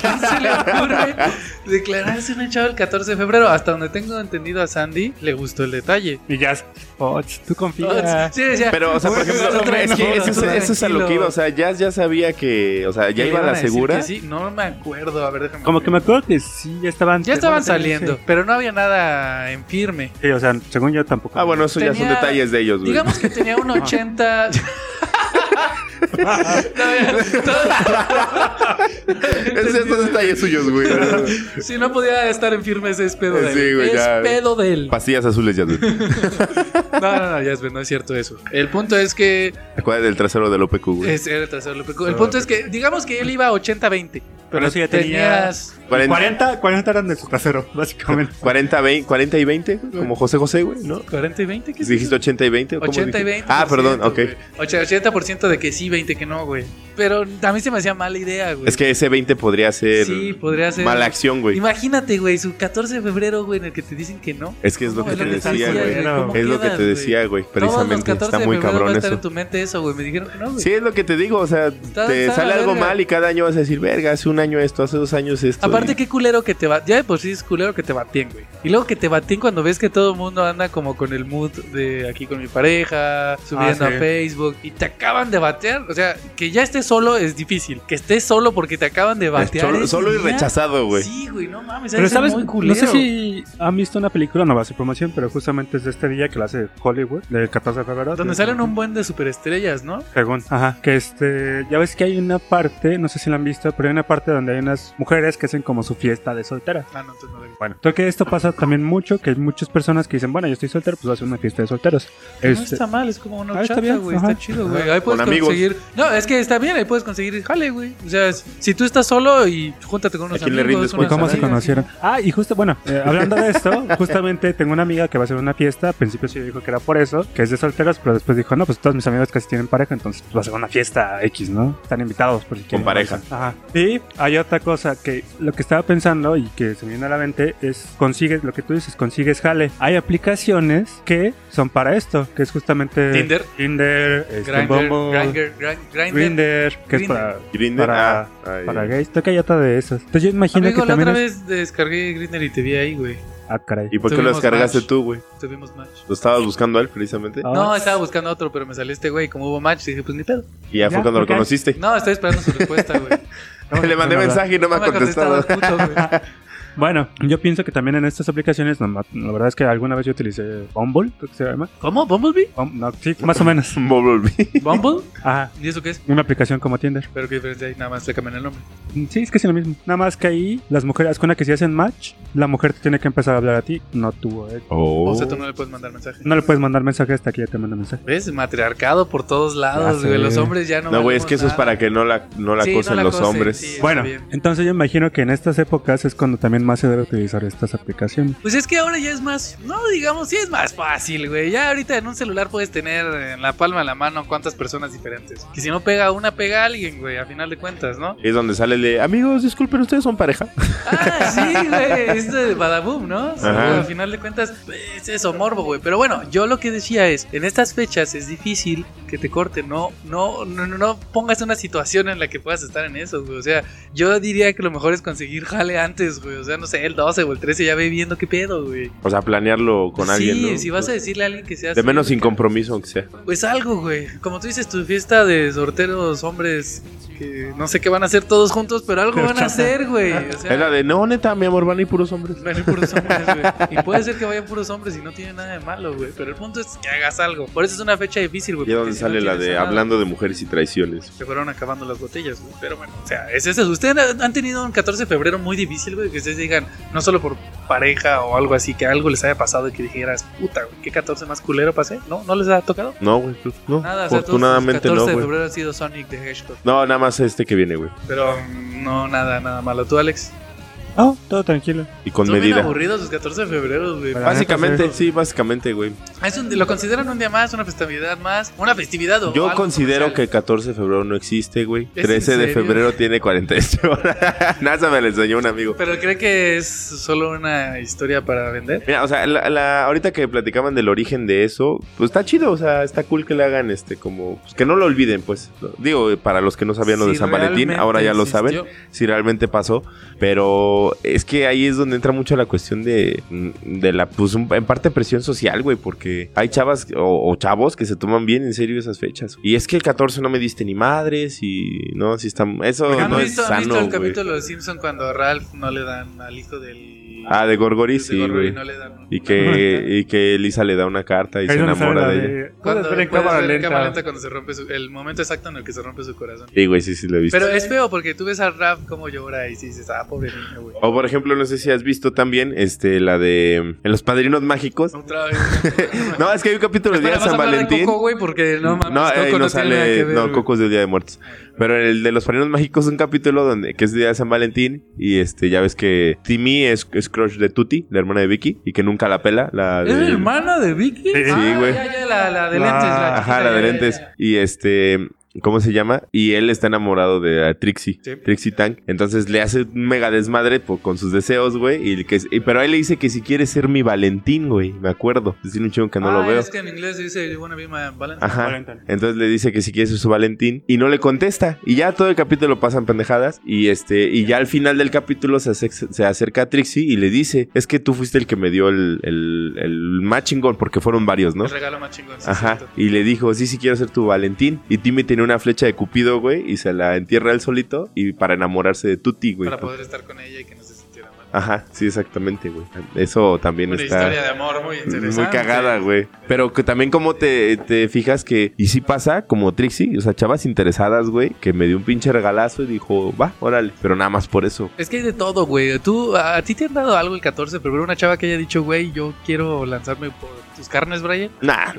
A: ¿quién se le ocurre declararse una chava el 14 de febrero? Hasta donde tengo entendido a Sandy, le gustó el detalle.
C: Y ya, Poch, tú confías.
A: Sí, decía,
B: Pero, o sea, por
A: güey,
B: ejemplo,
A: güey,
B: es que eso, es-
A: tú
B: eso es a lo que iba. O sea, ya, ya sabía que. O sea,
A: ¿Que
B: ya
A: le
B: iba a
A: iban
B: la
A: decir
B: segura.
A: que sí? No me acuerdo, a ver, déjame.
C: Como que me acuerdo que sí, ya estaban.
A: Ya estaban
C: bueno, sí,
A: saliendo, pero no había nada en firme.
C: Sí, Sí, o sea, según yo tampoco.
B: Ah, bueno, eso ya son
A: Tenía-
B: detalles de ellos, güey.
A: Digamos que tenía un
C: <laughs>
A: 80. Todavía-
B: Es estos detalles
A: <laughs>
B: suyos, güey.
A: si no podía estar en firme ese es pedo de él.
B: Sí, güey,
A: es
B: ya.
A: pedo de él.
B: Pastillas azules ya, güey.
A: No, no, no, ya es, no es cierto eso. El punto es que
B: Acuérdate del trasero del OPQ, güey.
A: es, era el trasero López. El punto es que digamos que él iba 80-20, pero
C: Pero eso ya tenía-
A: tenías
C: Y
B: 40,
C: 40, 40 eran de su trasero, <laughs> básicamente.
B: 40, 20, 40 y 20, como José José, güey, ¿no?
A: 40 y 20, ¿qué es
B: ¿Dijiste
A: eso?
B: 80 y 20? ¿o cómo
A: 80 y
B: dije?
A: 20.
B: Ah, perdón, ok.
A: güey. Ocha- 80% de que sí, 20 que no, güey. Pero a mí se me hacía mala idea, güey.
B: Es que ese 20 podría ser.
A: Sí, podría ser.
B: Mala acción, güey.
A: Imagínate, güey, su 14 de febrero, güey, en el que te dicen que no.
B: Es que es lo
A: No,
B: que
A: es
B: te
A: lo que te
B: decía,
A: decía,
B: güey.
A: güey, ¿cómo
B: Es lo que
A: quedas,
B: te
A: güey?
B: decía, güey.
A: Todos los
B: Precisamente.
A: 14
B: Está
A: de
B: muy
A: febrero va a
B: cabrón
A: estar en
B: eso.
A: tu mente eso, güey. Me dijeron que no, güey.
B: Sí, es lo que te digo. O sea,
A: Está-
B: te
A: está
B: sale
A: la
B: algo
A: verga.
B: mal y cada año vas a decir, verga, hace un año esto, hace dos años esto.
A: aparte, qué culero que te va. Ya de por sí es culero que te baten, güey. Y luego que te baten cuando ves que todo el mundo anda como con el mood de aquí con mi pareja,
B: Ah,
A: subiendo
C: sí.
A: a Facebook, y te acaban de batear. O sea, que ya estés solo es difícil. Que estés solo porque te acaban de batear.
B: Solo,
A: es
B: solo y
A: ya-
B: rechazado, güey.
A: Sí, güey, no mames.
C: Pero sabes,
A: muy
C: no
A: culero.
C: sé si han visto una película, no va a ser promoción, pero justamente es de este día que la hace Hollywood, del 14 de febrero.
A: Donde
C: de-
A: salen un buen de superestrellas, ¿no?
C: Según, ajá, que este, ya ves que hay una parte, no sé si la han visto, pero hay una parte donde hay unas mujeres que hacen como su fiesta de soltera.
A: Ah, no, entonces no lo vi.
C: Bueno, creo que esto pasa también mucho, que hay muchas personas que dicen, bueno, yo estoy soltero, pues voy a hacer una fiesta de solteros.
A: No
C: Este,
A: está mal, es como una
C: Ah, está
A: chata,
C: bien,
A: güey.
C: ajá.
A: Está chido, güey. Ahí puedes
B: Con amigos.
A: conseguir. No, es que está bien, ahí puedes conseguir jale, güey. O sea, es- si tú estás solo y júntate con unos
B: ¿A quién le
A: amigos.
B: rindes
A: unas
C: ¿Y Pues, cómo se
A: amigas,
C: conocieron? Ah, y justo, bueno, eh, hablando
A: <laughs>
C: de esto, justamente tengo una amiga que va a hacer una fiesta. Al principio sí dijo que era por eso, que es de solteros, pero después dijo, no, pues todos mis amigos casi tienen pareja, entonces pues, va a ser una fiesta X, ¿no? Están invitados por si quieren.
B: pareja.
C: Ajá. Y hay otra cosa que lo que estaba pensando y que se me viene a la mente es consigues, lo que tú dices, consigues jale. Hay aplicaciones que son para esto, que es justamente
A: Tinder.
C: Tinder, este,
A: Grindr,
C: Bumble,
A: Grindr, Grindr, Grindr.
C: Grinder, que es
A: Grindr.
C: para...
B: Grindr,
C: Para-
B: ah, ay.
C: Para gays, creo que hay otra de esas. Entonces yo imagino
A: Amigo,
C: que
A: la
C: también
A: otra
C: es-
A: vez descargué Grindr y te vi ahí, güey.
C: Ah, caray.
B: ¿Y por qué lo
A: Tuvimos
B: descargaste
A: match.
B: tú, güey?
A: Tuvimos match.
B: Lo estabas buscando a él, precisamente.
C: Ah,
A: No, estaba buscando otro, pero me salió este güey. Como hubo match, dije, pues ni pedo.
B: Y ya,
C: Ya,
B: fue cuando
C: ok.
B: lo conociste.
A: No, estoy esperando su respuesta,
B: <laughs>
A: güey.
C: no,
B: Le mandé
C: no, no, no.
B: mensaje y no me ha contestado.
A: puto,
B: <laughs>
A: güey.
C: Bueno, yo pienso que también en estas aplicaciones, nomás- la verdad es que alguna vez yo utilicé Bumble, creo que se llama.
A: ¿Cómo? ¿Bumblebee?
C: Bum- no, sí, más o menos.
B: <laughs> Bumblebee.
A: ¿Bumble?
C: Ajá.
A: ¿Y eso qué es?
C: Una aplicación como Tinder.
A: Pero qué diferencia hay, nada más le cambian el nombre.
C: Mm, Sí, es que es lo mismo. Nada más que ahí, las mujeres, con la que si hacen match, la mujer te tiene que empezar a hablar a ti, no tú a él.
A: O sea, tú no le puedes mandar mensaje.
C: No le puedes mandar mensaje hasta que ella te manda mensaje.
A: ¿Ves? Matriarcado por todos lados,
C: Ya
A: güey.
C: sé.
A: Los hombres ya no.
B: No, güey, es que eso es
A: valemos nada.
B: para que no la, no la
A: Sí,
B: acosen
A: no la
B: los
A: acosen,
B: hombres.
A: sí. Está
C: Bueno,
A: bien.
C: entonces yo imagino que en estas épocas es cuando también más se debe utilizar estas aplicaciones.
A: Pues es que ahora ya es más, no digamos, sí es más fácil, güey. Ya ahorita en un celular puedes tener en la palma de la mano cuántas personas diferentes. Que si no pega una, pega a alguien, güey, a final de cuentas, ¿no?
B: Es donde sale el de, amigos, disculpen, ¿ustedes son pareja?
A: Ah, sí, güey, es de Badaboom, ¿no? Sí,
B: Ajá.
A: güey, al final de cuentas es eso, morbo, güey. Pero bueno, yo lo que decía es, en estas fechas es difícil que te corten, no, no, no, no- no pongas una situación en la que puedas estar en eso, güey. O sea, yo diría que lo mejor es conseguir jale antes, güey. O sea, no sé, el 12 o el 13 ya ve viendo qué pedo, güey.
B: O sea, planearlo con alguien,
A: Sí,
B: ¿no?
A: si vas a decirle a alguien que seas...
B: De menos sin compromiso, aunque sea.
A: Pues algo, güey. Como tú dices, tu fiesta de sorteros, hombres, que no sé qué van a hacer todos juntos, pero algo
C: Pero
A: van a
C: chata.
A: hacer, güey. O sea,
B: Es la de, no, neta, mi amor, van a ir puros hombres.
A: van a ir puros hombres, güey. Y puede ser que vayan puros hombres y no tiene nada de malo, güey. Pero el punto es que hagas algo. Por eso es una fecha difícil, güey.
B: Y es
A: porque
B: donde
A: si no
B: sale la
A: tienes
B: de
A: nada,
B: hablando de mujeres y traiciones.
A: Se fueron acabando las botellas, güey. Pero bueno, o sea, es eso. Ustedes han- han tenido un 14 de febrero muy difícil, güey. Que ustedes digan, no solo por pareja o algo así, que algo les haya pasado y que dijeras, puta, güey, ¿qué 14 más culero pasé? ¿No? ¿No les ha tocado?
B: No, güey, tú- no.
A: Nada, o sea, todos los
B: Afortunadamente
A: 14
B: no,
A: de
B: güey.
A: febrero ha sido Sonic the Hedgehog.
B: No, nada más este que viene, güey.
A: Pero mm, no, nada, nada malo. ¿Tú, Alex?
C: Oh, todo tranquilo.
B: Y con
A: Son bien
B: medida.
A: aburridos los 14 de febrero, güey.
C: Para-
B: Básicamente, sí, básicamente, güey.
A: Es un- ¿Lo consideran un día más, una festividad más? ¿Una festividad o
B: Yo
A: algo
B: considero que
A: comercial?
B: el 14 de febrero no existe, güey.
A: ¿Es en
B: 13 de
A: serio?
B: febrero tiene 48 horas. <laughs> Nada, me lo enseñó un amigo.
A: ¿Pero cree que es solo una historia para vender?
B: Mira, o sea, la, la- ahorita que platicaban del origen de eso, pues está chido, o sea, está cool que le hagan este, como, pues, que no lo olviden, pues. ¿no? Digo, para los que no sabían lo de
A: Si
B: San Valentín,
A: realmente
B: ahora ya lo
A: existió.
B: saben, si realmente pasó, pero es que ahí es donde entra mucho la cuestión de, de la, pues, un- en parte presión social, güey, porque hay chavas o, o chavos que se toman bien en serio esas fechas. Y es que el 14 no me diste ni madres y, no, si está, eso
A: ¿Han,
B: no es
A: visto, han visto
B: sano,
A: el
B: güey.
A: capítulo de los Simpson cuando a Ralph no le dan al hijo del...
B: Ah, de Gorgory, sí,
A: de Gorgory,
B: güey.
A: no le dan
B: Y
A: una-
C: <laughs>
B: que, y que Elisa le da una carta y se
C: Ahí es donde sale
B: enamora
C: la
B: de ella.
A: Cuando,
C: Puedes ver en
A: puedes
C: cámara
A: ver en cámara
C: lenta.
A: lenta cuando se rompe su- el momento exacto en el que se rompe su corazón.
B: Sí, güey, sí, sí, lo he visto.
A: Pero es feo porque tú ves a Raf como llora y dices, ah, pobre niño, güey.
B: O por ejemplo, no sé si has visto también este la de en los padrinos mágicos.
A: Otra vez.
B: <laughs> No, es que hay un capítulo del
A: Espera,
B: día de
A: ¿vas a
B: San
A: hablar de
B: Valentín.
A: Coco, güey, porque no mames,
B: no,
A: Coco no,
B: eh, no
A: tiene nada
B: sale,
A: que ver.
B: no,
A: güey.
B: Coco es del Día de Muertos. Pero el de los padrinos mágicos es un capítulo donde que es día de San Valentín y este ya ves que Timmy es, es crush de Tuti, la hermana de Vicky y que nunca la pela, la
A: ¿Es
B: de-
A: hermana de Vicky?
C: Sí,
A: Ah,
B: güey. Ah,
A: Ya, ya, la, la de
C: La-
A: lentes. La
B: Ajá,
A: chiquita,
B: la de
A: ya, ya,
B: lentes.
A: ya.
B: Y este. ¿Cómo se llama? Y él está enamorado de eh, Trixie.
E: Sí.
B: Trixie Tank. Entonces le hace un mega desmadre po- con sus deseos, güey. Y que, y- pero ahí le dice que si quiere ser mi Valentín, güey. Me acuerdo. Es un chingo que no
A: Ah,
B: lo veo.
A: Es que en inglés se dice You wanna be my Valentine.
B: Ajá.
C: Valentine.
B: Entonces le dice que si quiere ser su Valentín y no le contesta. Y ya todo el capítulo pasan pendejadas. Y este, y ya al final del capítulo se, ace- se acerca a Trixie y le dice: Es que tú fuiste el que me dio el, el, el más chingón, porque fueron varios, ¿no?
A: El regalo más chingón. sí,
B: Ajá.
A: cierto.
B: Y le dijo, sí, sí quiero ser tu Valentín. Y Timmy tenía una flecha de Cupido, güey, y se la entierra él solito y para enamorarse de Tuti, güey.
A: Para poder estar con ella y que no se sintiera mal.
B: Ajá, sí, exactamente, güey. Eso también
A: Una
B: está
A: historia de amor muy interesante.
B: muy cagada, güey. Pero que también como te, te fijas que, y sí pasa, como Trixie, o sea, chavas interesadas, güey, que me dio un pinche regalazo y dijo, va, órale. Pero nada más por eso.
A: Es que hay de todo, güey. Tú, a, a ti te han dado algo el 14 de febrero, una chava que haya dicho, güey, yo quiero lanzarme por tus carnes, Brian. pues
B: Nah,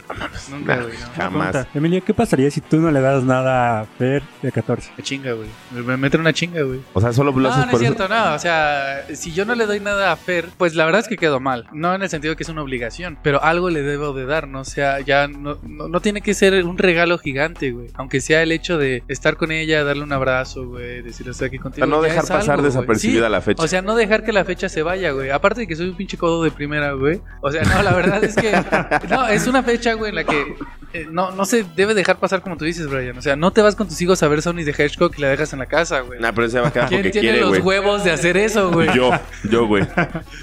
A: Nunca,
B: Nah.
A: güey. no.
B: jamás.
C: Pregunta, Emilio, ¿qué pasaría si tú no le das nada a Fer de 14?
A: Me chinga, güey. Me, me meten una chinga, güey.
B: O sea, solo lo
A: No,
B: haces
A: no es
B: por eso.
A: cierto, no. O sea, si yo no le doy nada a Fer, pues la verdad es que quedo mal. No en el sentido que es una obligación, pero algo le debo de dar, ¿no? O sea, ya no, no, no tiene que ser un regalo gigante, güey. Aunque sea el hecho de estar con ella, darle un abrazo, güey, decirle estoy aquí
B: O sea,
A: contigo.
B: no
A: ya
B: dejar
A: es
B: pasar
A: algo, güey.
B: desapercibida
A: Sí,
B: la fecha.
A: O sea, no dejar que la fecha se vaya, güey. Aparte de que soy un pinche codo de primera, güey. O sea, no, la verdad es que. No, es una fecha, güey, en la que. eh, no, no se debe dejar pasar como tú dices, Brian. O sea, no te vas con tus hijos a ver Sony de Hedgehog y la dejas en la casa, güey.
B: Nah, pero se va a quedar
A: ¿Quién
B: porque
A: tiene
B: Ah, quiere,
A: los
B: güey.
A: huevos de hacer eso, güey?
B: Yo, yo, güey.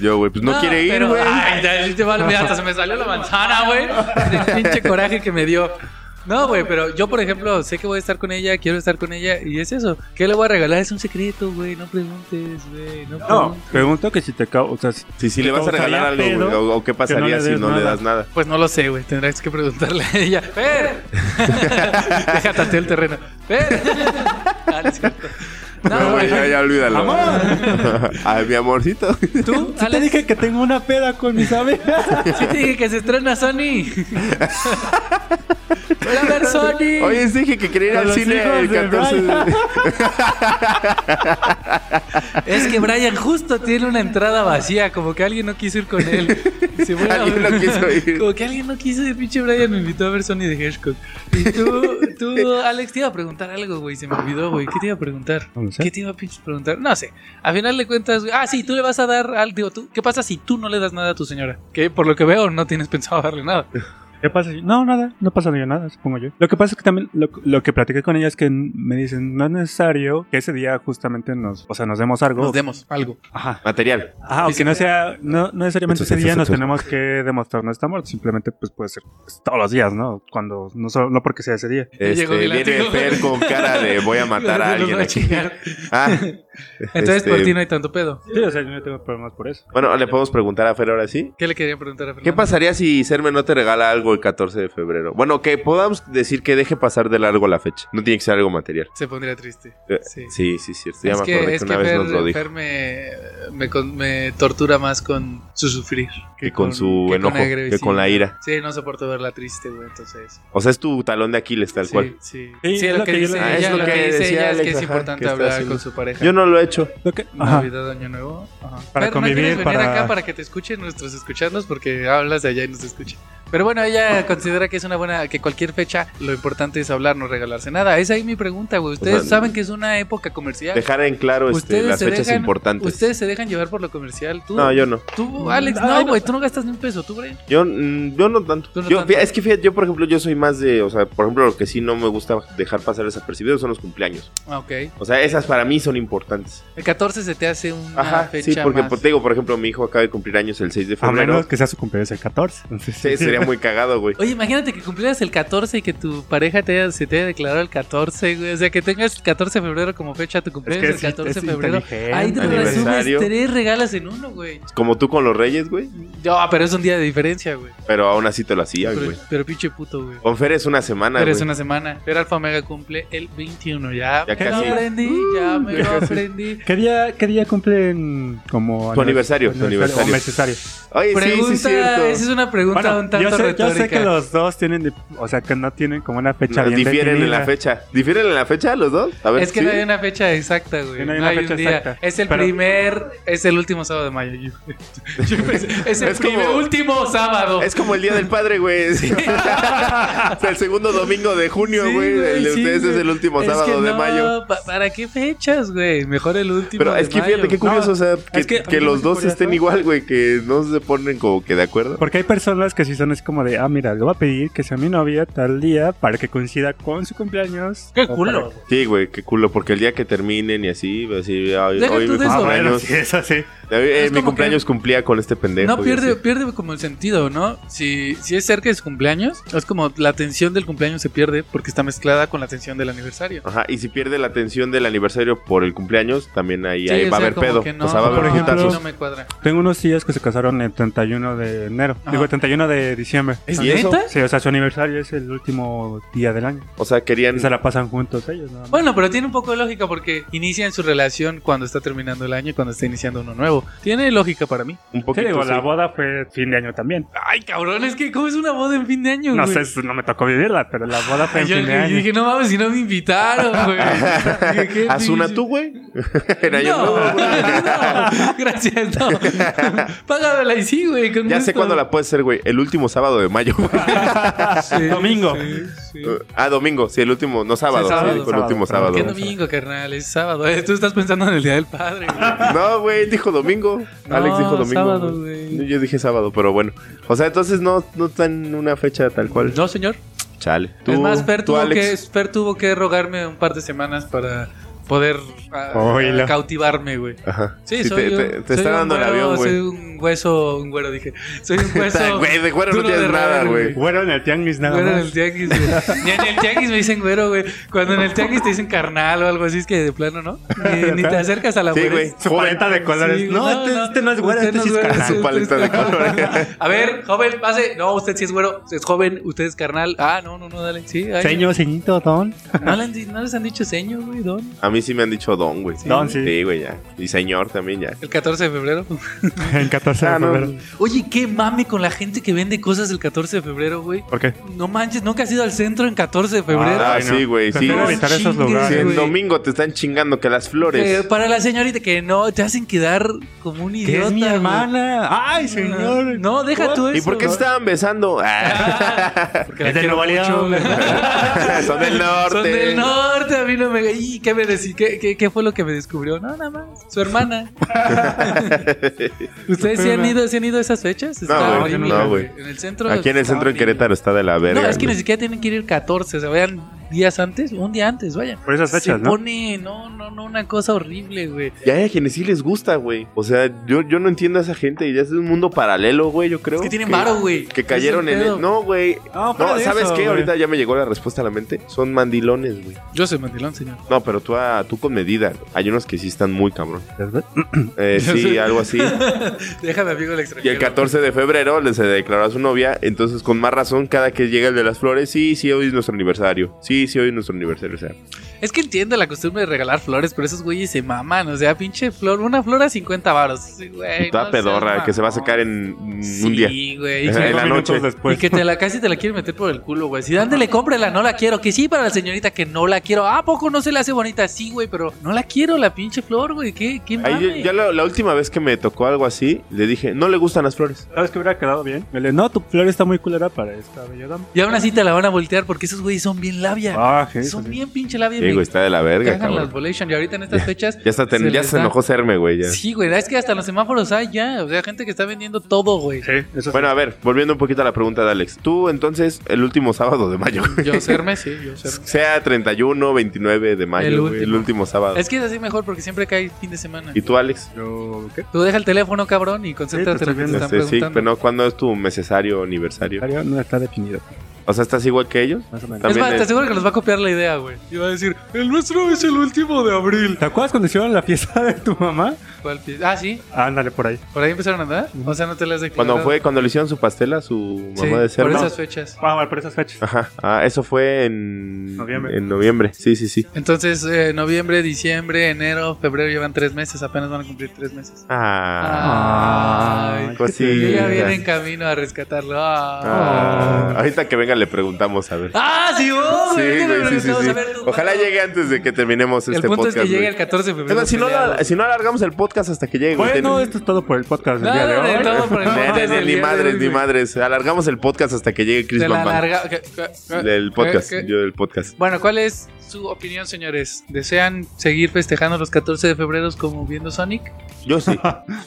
B: Yo, güey. Pues no, quiere ir,
A: pero-
B: güey.
A: Ay, ya, ya te va a olvidar, hasta se me salió la manzana, güey. Del pinche coraje que me dio. No, güey, pero yo, por ejemplo, sé que voy a estar con ella, quiero estar con ella, y es eso. ¿Qué le voy a regalar? Es un secreto, güey. No preguntes, güey. No,
C: No,
A: preguntes.
C: pregunto que si te cau- o sea, si-
B: Si sí le vas a
C: Causaría
B: regalar algo, güey.
C: pedo
B: O, o qué pasaría
C: le
B: si
C: des
B: no le
C: nada.
B: das nada.
A: Pues no lo sé, güey. Tendrás que preguntarle a ella.
B: <laughs>
A: ¡Fer! Deja tateo el terreno. ¡Fer! Ah, no, es cierto.
B: No,
A: No,
B: güey,
A: güey.
B: ya, ya olvídalo. <laughs> Ay, mi amorcito.
A: ¿Tú,
C: Sí te
A: Alex?
C: dije que tengo una peda con mis amigas.
A: Sí te dije que se estrena Sony. Voy a ver Sony.
B: Oye, sí dije que quería ir
C: Con
B: al
C: los
B: cine
C: hijos
B: el
C: de
B: 14 de...
C: <laughs> Brian.
A: Es que Brian justo tiene una entrada vacía, como que alguien no quiso ir con él. Se fue a-
B: Alguien no quiso ir.
A: Como que alguien no quiso ir, pinche Brian me invitó a ver Sony de Hedgehog. Y tú, tú, Alex, te iba a preguntar algo, güey, se me olvidó, güey. ¿Qué te iba a preguntar?
C: <laughs> No lo sé.
A: ¿Qué te iba a pinche preguntar? No sé. A final de cuentas, güey, ah, sí, tú le vas a dar algo. Digo, tú, ¿qué pasa si tú no le das nada a tu señora? Que por lo que veo no tienes pensado darle nada.
C: ¿Qué pasa? si- No, nada, no pasa nada, supongo yo. Lo que pasa es que también lo, lo que platiqué con ella es que n- me dicen, no es necesario que ese día justamente nos, o sea, nos demos algo.
A: Nos demos algo.
C: Ajá.
B: Material.
C: Ajá, o que no sea, no, no necesariamente
B: Eso,
C: ese
B: eso,
C: día
B: eso,
C: nos
B: eso.
C: tenemos que demostrar nuestro amor, simplemente pues puede ser pues, todos los días, ¿no? Cuando, no, solo, no porque sea ese día.
A: Ya
B: Este,
A: llegó mi
B: viene
A: látigo.
B: Fer con cara de
C: <laughs>
B: voy a matar a
A: Los
B: alguien
A: voy a
B: aquí.
A: chingar.
B: Ah,
A: <laughs> Entonces
B: este,
A: por ti no hay tanto pedo.
C: Sí, o sea, yo no tengo problemas por eso.
B: Bueno, le podemos preguntar a Fer ahora sí.
A: ¿Qué le quería preguntar a Fernando?
B: ¿Qué pasaría si Serme no te regala algo el 14 de febrero? Bueno, que podamos decir que deje pasar de largo la fecha. No tiene que ser algo material.
A: Se pondría triste.
B: Eh,
A: Sí.
B: Sí, sí, cierto. Ya
A: Es
B: me
A: que,
B: acordé que
A: es
B: una
A: que
B: vez
A: Fer,
B: nos lo dijo.
A: Fer me, me con- me tortura más con su sufrir.
B: Que con su
A: que
B: enojo,
A: la
B: que
A: agresividad.
B: con la ira.
A: Sí, no soporto verla triste, güey, entonces.
B: O sea, es tu talón de Aquiles, tal
A: sí,
B: cual.
A: Sí,
C: Sí,
A: Sí,
C: es
A: lo
C: lo
A: que
C: que yo
A: dice
C: le- Ah,
A: ella,
B: es lo
A: lo que
B: que
A: dice
B: decía
A: ella es que
B: Alex,
A: es
B: ajá,
A: importante
B: que está
A: hablar
B: haciendo-
A: con su pareja.
B: Yo no lo he hecho.
C: Lo que- ajá.
A: Navidad, Año Nuevo. Ajá.
C: Para
A: Fer, ¿no quieres
C: convivir,
A: venir
C: para-
A: acá para que te escuchen nuestros escuchandos porque hablas de allá y nos escuchan. Pero bueno, ella considera que es una buena, que cualquier fecha lo importante es hablar, no regalarse nada. Esa es mi pregunta, güey. Ustedes
B: sea,
A: saben que es una época comercial.
B: Dejar en claro este,
A: Ustedes
B: las
A: se
B: fechas
A: dejan-
B: importantes.
A: Ustedes se dejan llevar por lo comercial. Tú,
B: No, yo no.
A: tú
C: Mm,
A: Alex, no, güey, tú no gastas ni un peso, tú, Brian.
B: Yo, mm, yo no tanto.
A: Tú no
B: Yo-
A: tanto.
B: Es que fíjate, yo por ejemplo, yo soy más de, o sea, por ejemplo, lo que sí no me gusta dejar pasar desapercibido son los cumpleaños.
A: Ah, ok.
B: O sea, esas para mí son importantes.
A: El 14 se te hace una
B: Ajá,
A: fecha
B: sí, porque
A: más.
B: pues, te digo, por ejemplo, mi hijo acaba de cumplir años el 6 de
C: A
B: febrero.
C: menos que sea su cumpleaños el 14. Entonces,
B: <laughs>
C: <laughs>
B: Sí, sería muy cagado, güey.
A: Oye, imagínate que cumplieras el 14 y que tu pareja te haya- se te haya declarado el 14, güey. O sea, que tengas el 14 de febrero como fecha, tu
C: Es
A: cumpleaños
C: que
A: el 14 de febrero.
C: inteligente.
A: Ahí te resumes
B: aniversario.
A: tres regalas en uno, güey.
B: Como tú con los reyes, güey.
A: No, pero es un día de diferencia, güey.
B: Pero aún así te lo hacía,
A: Pero,
B: güey.
A: pero pinche puto, güey.
B: Con Fer es una semana,
A: Pero
B: güey.
A: es una semana. Pero Alfa Omega cumple el 21, ya.
B: Ya
A: me lo
B: casi.
A: aprendí,
C: Uh,
A: ya me
C: ya
A: lo
C: casi.
A: aprendí.
C: ¿Qué día, ¿Qué día cumplen como
B: Tu aniversario, tu
C: O
B: aniversario.
C: necesario.
B: Oye, sí, sí,
A: Pregunta,
B: es cierto.
A: esa es una pregunta
C: Bueno,
A: un tanto
C: yo, sé, yo
A: retórica.
C: sé que los dos tienen, di- o sea, que no tienen como una fecha
B: No,
C: bien
B: difieren en
C: definida.
B: la fecha. ¿Difieren en la fecha los dos? A ver,
A: Es que
B: sí.
A: no hay una fecha exacta, güey.
C: Sí,
A: no hay una
C: fecha
A: un día.
C: exacta.
A: Es el
C: Pero-
A: primer, es el último sábado de mayo. <laughs> Yo- yo pensé- es el
B: Es como-
A: primer, último sábado.
B: Es como el Día del Padre, güey. <laughs> O sea, el segundo domingo de junio,
A: Sí,
B: güey. el de
A: sí,
B: ustedes es
A: güey.
B: el último
A: Es
B: sábado
A: que
B: de
A: no,
B: mayo.
A: pa- ¿Para qué fechas, güey? Mejor el último.
B: Pero
A: de
B: es que
A: mayo.
B: fíjate qué curioso,
C: No,
B: o sea, que,
C: es que-
B: que los dos estén igual, güey, que no se ponen como que de acuerdo.
C: Porque hay personas que sí son es como de, ah, mira, le voy a pedir que sea mi novia tal día para que coincida con su cumpleaños.
A: Qué
C: O para-
A: culo.
B: Sí, güey, qué culo, porque el día que terminen y así, así, hoy,
A: Deja
B: hoy
A: tú
B: mi
A: de eso.
C: Ah, bueno,
B: cumpleaños,
C: sí, eso sí.
B: eh,
A: Es
B: mi
A: como
B: cumpleaños cumplía con este pendejo.
A: No
B: y
A: pierde,
B: así.
A: pierde como el sentido, ¿no? Si, si es cerca de su cumpleaños, es como la tensión del cumpleaños se pierde porque está mezclada con la tensión del aniversario.
B: Ajá, y si pierde la atención del aniversario por el cumpleaños, también ahí,
A: Sí,
B: ahí
A: o
B: va a
A: sea,
B: haber
A: como
B: pedo.
A: que no,
B: o sea, va a haber
A: no,
C: Por ejemplo-
A: a mí
B: putazos.
A: no me cuadra.
C: Tengo unos tíos que se casaron el 31 de enero.
A: Ajá.
C: Digo, el 31 de diciembre.
A: Ah. ¿Es
B: ¿Y eso?
A: neta?
C: Sí, o sea, su aniversario es el último día del año.
B: O sea, querían.
C: Y se la pasan juntos ellos, nada más.
A: Bueno, pero tiene un poco de lógica porque inician su relación cuando está terminando el año y cuando está iniciando uno nuevo. Tiene lógica para mí.
B: Un
C: Sí,
B: poquito.
C: digo, la
B: sí.
C: boda fue fin de año también.
A: Ay, cabrón, es que ¿cómo es una boda en fin de año,
C: No
A: güey?
C: sé, eso no me tocó vivirla, pero la boda fue
A: Ay,
C: en
A: yo,
C: fin de
A: yo
C: año.
A: dije, no mames, si no me invitaron,
B: <laughs>
A: güey. Dije, qué
B: Haz una
A: pinche-
B: tú, güey. <laughs> En año
A: no,
B: nuevo, güey.
A: no, gracias, no.
B: <laughs>
A: Págamela y sí, güey. con
B: Ya sé
A: gusto.
B: cuándo la puedes hacer, güey. El último sábado de mayo, güey.
A: Sí,
C: Ah, Domingo.
A: sí, sí.
B: Ah, domingo, sí, el último, no sábado,
A: Sí, sábado,
B: sí, fue el
C: sábado,
B: último
C: sábado.
B: sábado.
A: ¿Qué domingo, carnal? Es sábado. Eh, Tú estás pensando en el Día del Padre, güey.
B: No, güey, dijo domingo.
A: No,
B: Alex dijo domingo.
A: sábado,
B: güey.
A: güey.
B: Yo dije sábado, pero bueno. O sea, entonces no, no están una fecha tal cual.
A: No, señor.
B: Chale. Tú,
A: es más, Fer
B: tú,
A: tuvo, que,
B: Alex.
A: Fer tuvo que rogarme un par de semanas para poder ah,
C: Oílo.
A: cautivarme, güey.
B: Ajá.
A: Sí,
B: Sí,
A: soy
B: te,
A: un,
B: te- te
A: soy
B: está
A: un
B: dando el
A: güero,
B: avión,
A: Soy
B: güey.
A: un hueso, un güero, dije. Soy
B: <laughs>
A: un hueso.
B: Güey, de güero no
A: duro
B: tienes
A: de
B: nada,
A: roer,
B: güey.
C: Bueno, en el tianguis nada
A: Güero en
C: más.
A: el tianguis, güey. Ni en el tianguis me dicen güero, güey. Cuando en el tianguis te dicen carnal o algo así, es que de plano, ¿no? Ni, ni te acercas a la
B: Sí,
A: güera.
B: güey.
C: Su paleta de colores.
A: Sí,
C: no, este, este no es güero,
A: usted
C: este sí es
A: güero,
C: carnal.
B: Su
A: usted
B: paleta
A: es
B: de
A: carnal.
B: colores.
A: <laughs> A ver, joven, pase. No, usted sí es güero, usted es joven, usted es carnal. Ah, no, no, no, dale. Sí, ay,
C: Señor, señito, don.
A: ¿No, le han- no les han dicho seño, güey, don.
B: A mí sí me han dicho don, güey.
C: Don, sí.
B: Sí, güey, ya. Y señor también, ya.
A: El 14 de febrero. <laughs>
C: En 14 de
B: Ah, no.
C: febrero.
A: Oye, qué mame con la gente que vende cosas el 14 de febrero, güey.
C: ¿Por qué?
A: No manches, nunca has ido al centro en 14 de febrero.
B: Ah,
C: Ay, no.
B: sí, güey, sí.
C: Prefiero evitar esos
A: Chingues,
B: Si
C: lugares.
B: en
A: güey.
B: domingo te están chingando que las
A: Eh,
B: flores.
A: para la señorita que no, te hacen quedar como un
C: Que
A: idiota.
C: es mi
A: güey.
C: hermana. Ay, señor.
A: No, deja tú eso.
B: ¿Y por qué se estaban besando?
A: <laughs>
B: Ah,
A: Porque la
C: Es de
A: quiero
C: Nuevo
A: mucho,
C: León.
A: güey.
B: Son del norte.
A: Son del norte, a mí no me. ¿Y qué me decí? ¿Qué, qué, qué fue lo que me descubrió? No, nada más. Su
B: <laughs>
A: hermana. ¿Ustedes sí han, ido, sí han ido a esas fechas? Está
B: güey,
A: horrible,
B: no,
A: En el centro.
B: Aquí en el
A: está
B: centro de
A: horrible.
B: Querétaro está de la verga.
A: No, es que ni
B: güey.
A: siquiera tienen que ir el 14, o sea, vayan días antes, un día antes, vayan.
C: Por esas
A: Se
C: fechas, ¿no?
A: pone, no, no, no, una cosa horrible, güey.
B: Y hay a quienes sí les gusta, güey. O sea, yo, yo no entiendo a esa gente. Ya es un mundo paralelo, güey, yo creo.
A: Es que tienen varo, güey.
B: Que cayeron
A: Es el
B: en
A: pedo.
B: el... No, güey.
C: No, fuera
B: No,
C: de
B: ¿sabes
C: eso,
B: qué?
C: güey.
B: Ahorita ya me llegó la respuesta a la mente. Son mandilones, güey.
A: Yo soy mandilón, señor.
B: No, pero tú, a- tú con medida. güey. Hay unos que sí están muy cabrón.
C: ¿Verdad?
A: <laughs>
B: Eh, sí, algo así.
A: Déjame, amigo, el
B: Y
A: extranjero.
B: el 14 de febrero le se declaró a su novia, entonces con más razón cada que llega el de las flores, sí, sí, hoy es nuestro aniversario, sí, sí, hoy es nuestro aniversario, o sea,
A: Es que entiendo la costumbre de regalar flores, pero esos güeyes se maman. O sea, pinche flor, una flor a 50 varos. Sí, güey,
B: toda
A: no seas
B: pedorra que se va a
A: mamón.
B: sacar en un
A: Sí,
B: día.
A: güey. y
B: En
A: que-
B: la
C: Cinco
B: noche.
C: minutos
A: Y
C: después.
A: que te la casi te la quiere meter por el culo, güey. Si dándole, cómprela, no la quiero. Que sí, para la señorita que no la quiero. ¿A poco no se le hace bonita? Sí, güey, pero no la quiero, la pinche flor, güey. ¿Qué, qué
B: Ahí yo-
A: mame?
B: ya la, la última vez que me tocó algo así, le dije, no le gustan las flores.
C: ¿Sabes que hubiera quedado bien? Me le- no, tu flor está muy culera para esta bella dama.
A: Y aún así te la van a voltear porque esos güeyes son bien labia.
C: Ah, sí,
A: son
C: sí.
A: bien pinche labia.
B: Digo,
A: me
B: está de la verga,
A: cagan las
B: cabrón.
A: volation. Y ahorita en estas fechas.
B: Ya, está ten- ya
A: les
B: se
A: da.
B: enojó serme, güey. ya.
A: Sí, güey, es que hasta los semáforos hay ya. O sea, gente que está vendiendo todo, güey.
C: Sí, eso
B: Bueno, a ver, volviendo un poquito a la pregunta de Alex. Tú, entonces, el último sábado de mayo,
A: <laughs> Yo serme, sí, yo serme.
B: sea 31, 29 de mayo,
A: El
B: güey, el
A: último.
B: último sábado.
A: Es que es así mejor porque siempre cae fin de semana.
B: ¿Y tú, Alex?
C: sí. Yo, ¿qué?
A: Tú deja el teléfono, cabrón, y concéntrate
C: Sí, te
A: en lo que te
C: estoy
A: están
B: Este, sí,
A: preguntando.
B: pero no, ¿cuándo es tu necesario aniversario?
C: Mario, No está definido,
B: O sea, ¿estás igual que ellos?
C: más o menos.
A: Es
B: también
A: más,
B: es-
A: te aseguro que nos va a copiar la idea, güey. Y va a decir, el nuestro es el último de abril.
C: ¿Te acuerdas cuando hicieron la fiesta de tu mamá?
A: ¿Cuál pie? Ah, sí.
C: Ándale por ahí.
A: Por ahí empezaron a andar. O sea, no te las declararon.
B: Cuando fue, cuando le hicieron su pastel a su
A: Sí,
B: mamá de
A: por
B: cerdo.
A: esas fechas.
C: Ah, bueno, por esas fechas.
B: Ajá, ah, eso fue en
C: Noviembre.
B: en noviembre. Sí, sí, sí.
A: Entonces, eh, noviembre, diciembre, enero, febrero llevan tres meses. Apenas van a cumplir tres meses.
B: Ah,
A: Ay,
B: cositas.
A: yo ya viene en camino a rescatarlo. Ah,
B: Ah, ahorita que venga le preguntamos a ver.
A: Ah, sí, oh,
B: Sí,
A: güey, ahorita
B: güey,
A: le
B: sí, sí,
A: preguntamos,
B: sí.
A: a ver, tú,
B: Ojalá
A: ¿cuándo?
B: llegue antes de que terminemos
A: El
B: este
A: punto es
B: podcast.
A: que llegue
B: güey.
A: el 14 de febrero.
B: Es más, si no,
A: peleado. este,
B: la- si no alargamos el podcast hasta que llegue. güey,
C: Bueno,
B: ten-
C: esto es todo por el podcast del día de
A: Nada de
C: hoy.
A: todo por el
B: Ne-
A: podcast
B: ne- ne-
A: del
B: ni
A: día de
B: madres,
A: hoy,
B: ni
A: güey.
B: madres. Alargamos el podcast hasta que llegue Chris
A: Se la
B: Van Van.
A: larga- ¿qué- qué- qué-
B: Del podcast,
A: qué- qué?
B: yo del podcast.
A: Bueno, ¿cuál es su opinión, señores? ¿Desean seguir festejando los 14 de febrero como viendo Sonic? <laughs>
B: Yo sí.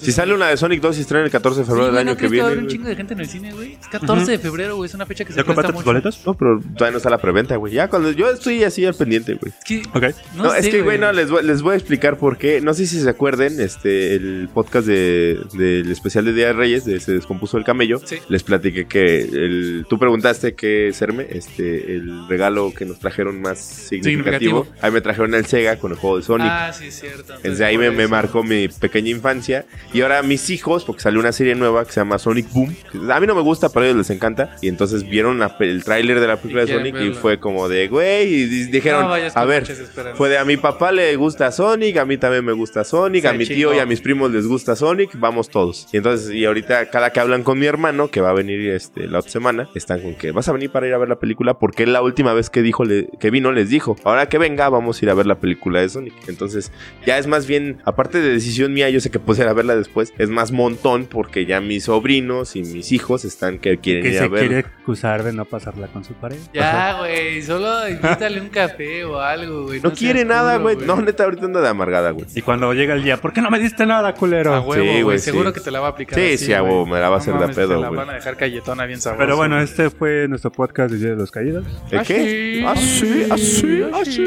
B: si sale una de Sonic 2 y estrena el 14 de
A: Sí,
B: febrero Pues, del
A: güey, ¿no
B: año que
A: crees va a
B: viene.
A: haber un
B: güey.
A: chingo de gente en el cine, güey? Es 14 de febrero, güey, es una fecha que se
C: ¿Ya
A: presta
C: compraste tus
A: mucho.
C: boletos?
B: No, pero todavía no está la preventa, güey. Ya cuando yo estoy así al pendiente, güey.
A: Es que,
C: Ok.
A: no,
B: No, es
A: sé,
B: que, güey, no, les voy, les voy a explicar por qué. No sé si se acuerden, este, el podcast de, del especial de Día de Reyes, de Se descompuso el camello.
A: Sí.
B: Les platiqué que el, tú preguntaste qué serme, este, el regalo que nos trajeron más significativo.
A: Significativo.
B: Ahí me trajeron el Sega con el juego de Sonic.
A: Ah, sí, es cierto. Entonces,
B: Desde ahí me,
A: por
B: me
A: eso.
B: marcó mi pequeña infancia. Y ahora mis hijos, porque salió una serie nueva que se llama Sonic Boom. que A mí no me gusta, pero a ellos les encanta. Y entonces vieron la pe- el tráiler de la película
A: Y
B: de
A: quieren
B: Sonic y
A: verla.
B: fue como de, güey, y di- dijeron,
A: No vayas con
B: a ver,
A: muchas esperanzas.
B: fue de a mi papá le gusta Sonic, a mí también me gusta Sonic, a
A: Se
B: mi tío y
A: chingó.
B: a mis primos les gusta Sonic, vamos todos. Y entonces, y ahorita cada que hablan con mi hermano, que va a venir este, la otra semana, están con que vas a venir para ir a ver la película porque él la última vez que dijo le- que vino les dijo, ahora que venga vamos a ir a ver la película de Sonic. Entonces, ya es más bien, aparte de decisión mía, yo sé que puedo ir a verla después, es más montón porque ya mis sobrinos y mis hijos están que quieren
C: Que
B: ir Eh, a
C: se
B: verla.
C: quiere excusar de no pasarla con su pareja.
A: Ya, güey, solo invítale un café o algo, güey.
B: No,
A: seas
B: quiere nada,
A: culo,
B: güey. No, neta, ahorita anda de amargada, güey.
C: Y cuando llega el día, ¿por qué no me diste nada, culero?
A: A huevo,
B: Sí,
A: güey.
B: Ah, güey, sí.
A: Seguro que te la va a aplicar.
B: Sí,
A: así,
B: sí, a
A: güey.
B: huevo, me la va a hacer de
A: mames,
B: pedo,
A: te la
B: güey.
A: van a dejar galletona bien sabrosa.
C: Pero bueno, este fue nuestro podcast de Día de los Caídos.
B: ¿El qué? Ah, Así, así, así.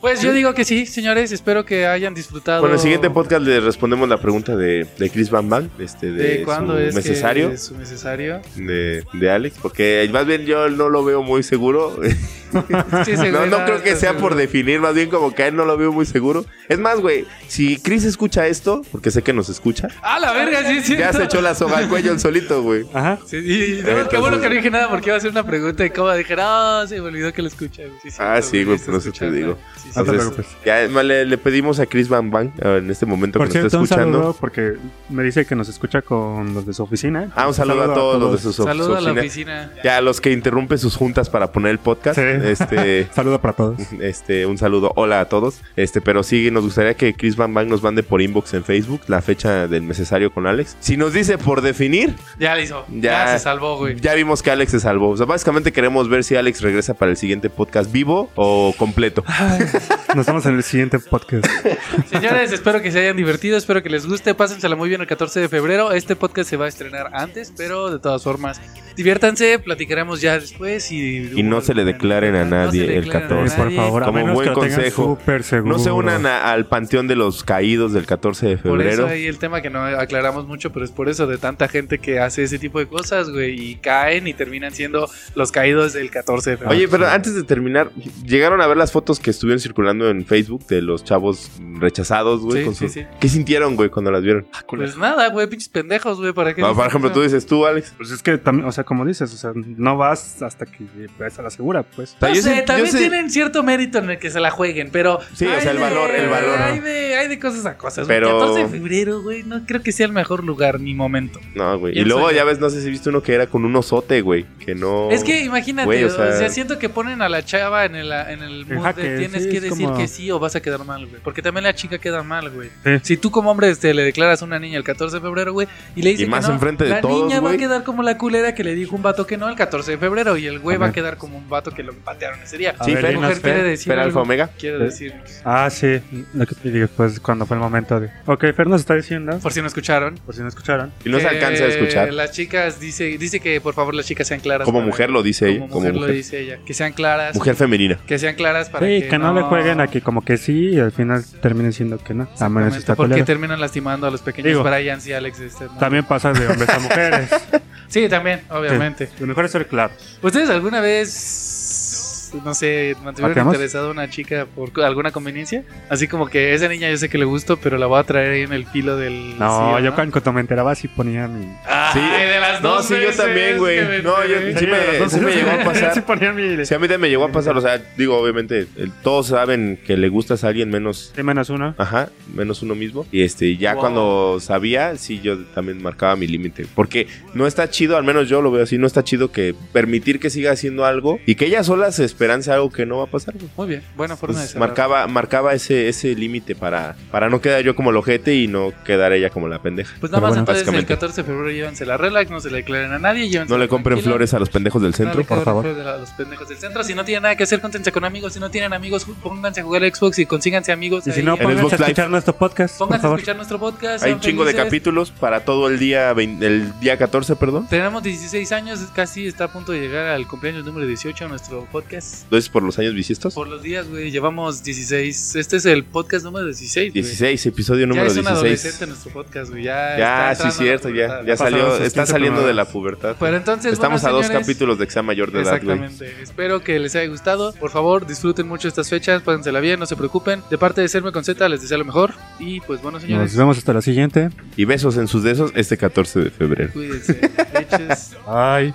A: Pues yo digo que sí, señores. Espero que hayan disfrutado.
B: Bueno, en el siguiente podcast le respondemos la pregunta de, de Chris Van Van, este, de,
A: ¿De cuándo
B: su
A: es que
B: necesario,
A: es su
B: <laughs>
A: necesario?
B: de, de Alex, porque más bien yo no lo veo muy seguro. <laughs>
A: Sí, ese
B: no,
A: güey
B: no
A: nada,
B: creo que
A: está
B: sea
A: seguro.
B: por definir, más bien como que a él no lo veo muy seguro. Es más, güey, si Chris escucha esto, porque sé que nos escucha,
A: ¡Ah, la verga! Sí, sí.
B: ya se echó la soga al cuello él solito, güey.
C: Ajá.
A: Sí, sí, y no, qué
B: Entonces-
A: bueno que no dije nada porque iba a hacer una pregunta de cómo dije, no, se me olvidó que lo escuché. güey". Sí,
B: Ah,
A: cierto,
B: sí, güey,
A: está
B: por eso te
A: escuchando.
B: digo.
A: Sí, sí,
C: Ah, No te
B: Entonces,
A: sí.
C: preocupes.
B: Ya, además, le, le pedimos a Chris Van Van eh, en este momento
C: Por
B: que nos
C: cierto,
B: está
C: un
B: escuchando.
C: saludo porque me dice que nos escucha con los de su oficina.
B: Ah, un saludo, a todos los de sus su
A: Saludo a la
B: oficina.
A: oficina.
B: Ya, a los que interrumpen sus juntas para poner el podcast.
C: Sí.
B: Este.
C: Saludo para todos.
B: Este, un saludo, hola a todos. Este, pero sí, nos gustaría que Chris Van Van nos mande por inbox en Facebook la fecha del necesario con Alex. Si nos dice por definir,
A: Ya le hizo. Ya,
B: Ya.
A: se salvó, güey.
B: ya vimos que Alex se salvó. O sea, básicamente queremos ver si Alex regresa para el siguiente podcast vivo o completo.
C: Nos vemos en el
B: <laughs>
C: siguiente podcast.
A: <laughs> Señores, espero que se hayan divertido, espero que les guste. Pásensela muy bien el 14 de febrero. Este podcast se va a estrenar antes, pero de todas formas, diviértanse, platicaremos ya después y...
B: Y no se le declaren a nadie
A: se le
B: el
A: declaren a
B: 14.
C: Eh, por
A: nadie.
C: favor, a
B: Como
C: menos
B: buen
C: que lo tengan
B: consejo,
C: súper seguro.
B: No se unan a- al panteón de los caídos del 14 de
A: Por eso
B: febrero.
A: ahí el tema que no aclaramos mucho, pero es por eso de tanta gente que hace ese tipo de cosas, güey, y caen y terminan siendo los caídos del 14 de febrero.
B: Oye, pero antes de terminar, llegaron a ver las fotos que estuvieron circulando en Facebook de los chavos rechazados, güey.
A: Sí,
B: con
A: sí,
B: su-
A: sí.
B: ¿Qué sintieron, güey, cuando las vieron?
A: pues nada, güey, pinches pendejos, güey, ¿para qué?
B: Ah,
A: dices
B: por ejemplo,
A: eso?
B: tú dices tú, Alex.
C: Pues es que también, o sea, como dices, o sea, no vas hasta que vas a la segura, pues.
B: O sea,
A: No
B: yo
A: sé,
B: sí- yo
A: también
B: sí-
A: tienen cierto mérito en el que se la jueguen, pero.
B: Sí, o
A: hay
B: sea, el
A: de-
B: valor, el valor.
A: Hay de, hay de cosas a cosas. güey.
B: Pero-
A: 14 de febrero, güey, no creo que sea el mejor lugar ni momento.
B: No, güey. Y
A: Pienso
B: luego
A: yo.
B: ya ves, no sé si viste uno que era con un osote, güey. Que no.
A: Es que imagínate,
B: Oh, Güey,
A: o,
B: o
A: sea,
B: sea-
A: siento que ponen a la chava en el, en el mood
C: jaque,
A: de tienes
C: sí,
A: que
C: es
A: decir
C: como-
A: que sí o vas a quedar mal, güey. Porque también la chica queda mal, güey.
C: Sí.
A: Si tú como hombre este, le declaras a una niña el 14 de febrero, güey, y le dices
B: Y más
A: que no,
B: enfrente de
A: la
B: todos,
A: niña va a
B: güey.
A: quedar como la culera que le dijo un vato que no el 14 de febrero y el güey va a
C: Ajá.
A: quedar como un vato que lo patearon ese día.
C: A
B: Sí,
A: La
B: Fer,
A: mujer
C: dinos, Fer.
A: quiere decir
B: Fer Alfa
A: algo,
B: Omega.
A: quiere
C: Sí.
A: decir pues,
C: Ah, sí, lo que te dije, pues cuando fue el momento de... Ok, Fer nos está diciendo,
A: por si no escucharon.
C: por si no escucharon,
B: Y no se
A: que
B: alcanza a escuchar.
A: Las chicas dice dice que por favor las chicas sean claras.
B: Como
A: para-
B: mujer lo dice ella.
A: como
B: Como
A: mujer, lo
B: mujer.
A: dice ella, que sean claras.
B: Mujer femenina.
A: Que sean claras para
C: sí,
A: que,
C: que, no, le jueguen aquí como que sí y al final terminen siendo que no. A menos
A: Exactamente,
C: está
A: porque
C: culero.
A: terminan lastimando a los pequeños
C: Digo,
A: Bryans y Alex. de este mundo.
C: También pasa de hombres a mujeres.
B: <laughs>
A: Sí, también, obviamente.
C: Sí, Lo mejor es ser claros.
A: ¿Ustedes alguna vez vez, no sé, mantuvieron
C: ¿Bateamos?
A: interesada una chica por co- alguna conveniencia? Así como que esa niña yo sé que le gusto, pero la voy a traer ahí en el filo del.
C: No,
A: sí,
C: yo cuando cuando me enteraba sí ponía mi...
A: Ay,
B: Sí.
A: de las
B: No,
A: dos
B: sí, yo
A: veces
B: también, güey.
A: que me
B: No, yo-
A: enteré.
B: Sí me- sí me llegó a pasar.
C: <laughs> Sí ponía mi...
B: Sí, a mí también me llegó a pasar, o sea, digo, obviamente, el- todos saben que le gustas a alguien menos,
C: Sí, menos uno.
B: ajá, menos uno mismo. Y este, ya
A: Wow.
B: cuando sabía, sí, yo también marcaba mi límite. Porque no está chido, al menos yo lo veo así, no está chido que permitir que siga haciendo algo y que ella sola se esperanza algo que no va a pasar. güey.
A: Muy bien, buena forma de
B: Pues,
A: cerrar.
B: marcaba, marcaba ese, ese límite para, para no quedar yo como el ojete y no quedar ella como la pendeja.
A: Pues nada
C: Pero
A: más
C: bueno,
A: entonces el
B: básicamente.
A: 14 de febrero llévense la relax, no se le declaren a nadie, llévense
B: No le compren flores a los pendejos del centro.
C: por favor.
A: A los pendejos del centro, si no tienen nada que hacer, contense con amigos, si no tienen amigos, ju- pónganse a jugar a Xbox y consíganse amigos.
C: Y si
A: ahí.
C: no,
B: En
C: pónganse a
B: Xbox Live.
C: escuchar nuestro podcast, por
A: pónganse a
C: favor.
A: escuchar nuestro podcast.
B: Hay
A: sean
B: un chingo de
A: felices.
B: capítulos para todo el día, vein- el día 14, perdón.
A: Tenemos 16 años, casi está a punto de llegar al cumpleaños número 18 de nuestro podcast.
B: Entonces, por los años bisiestos.
A: Por los días, güey, llevamos 16. Este es el podcast número 16. güey.
B: 16, episodio
A: Ya
B: número
A: es un
B: 16.
A: adolescente nuestro podcast, güey. Ya,
B: Ya,
A: está
B: sí,
A: entrando
B: cierto,
A: a la
B: ya,
A: pubertad.
B: ya
C: pasaron
B: salió,
C: sus
B: está
C: 15
B: saliendo de la
C: primadas.
B: pubertad.
A: Pero entonces, Pues
B: Estamos
A: bueno,
B: a dos
A: señores,
B: capítulos de examen mayor de edad, güey.
A: Exactamente. Espero que les haya gustado. Por favor, disfruten mucho estas fechas. Pásensela bien, no se preocupen. De parte de Serme con Z, les deseo lo mejor. Y pues bueno,
C: Nos
A: señores,
C: vemos hasta la siguiente.
B: Y besos en sus besos este 14 de febrero.
A: cuídense. Leches.
C: Bye.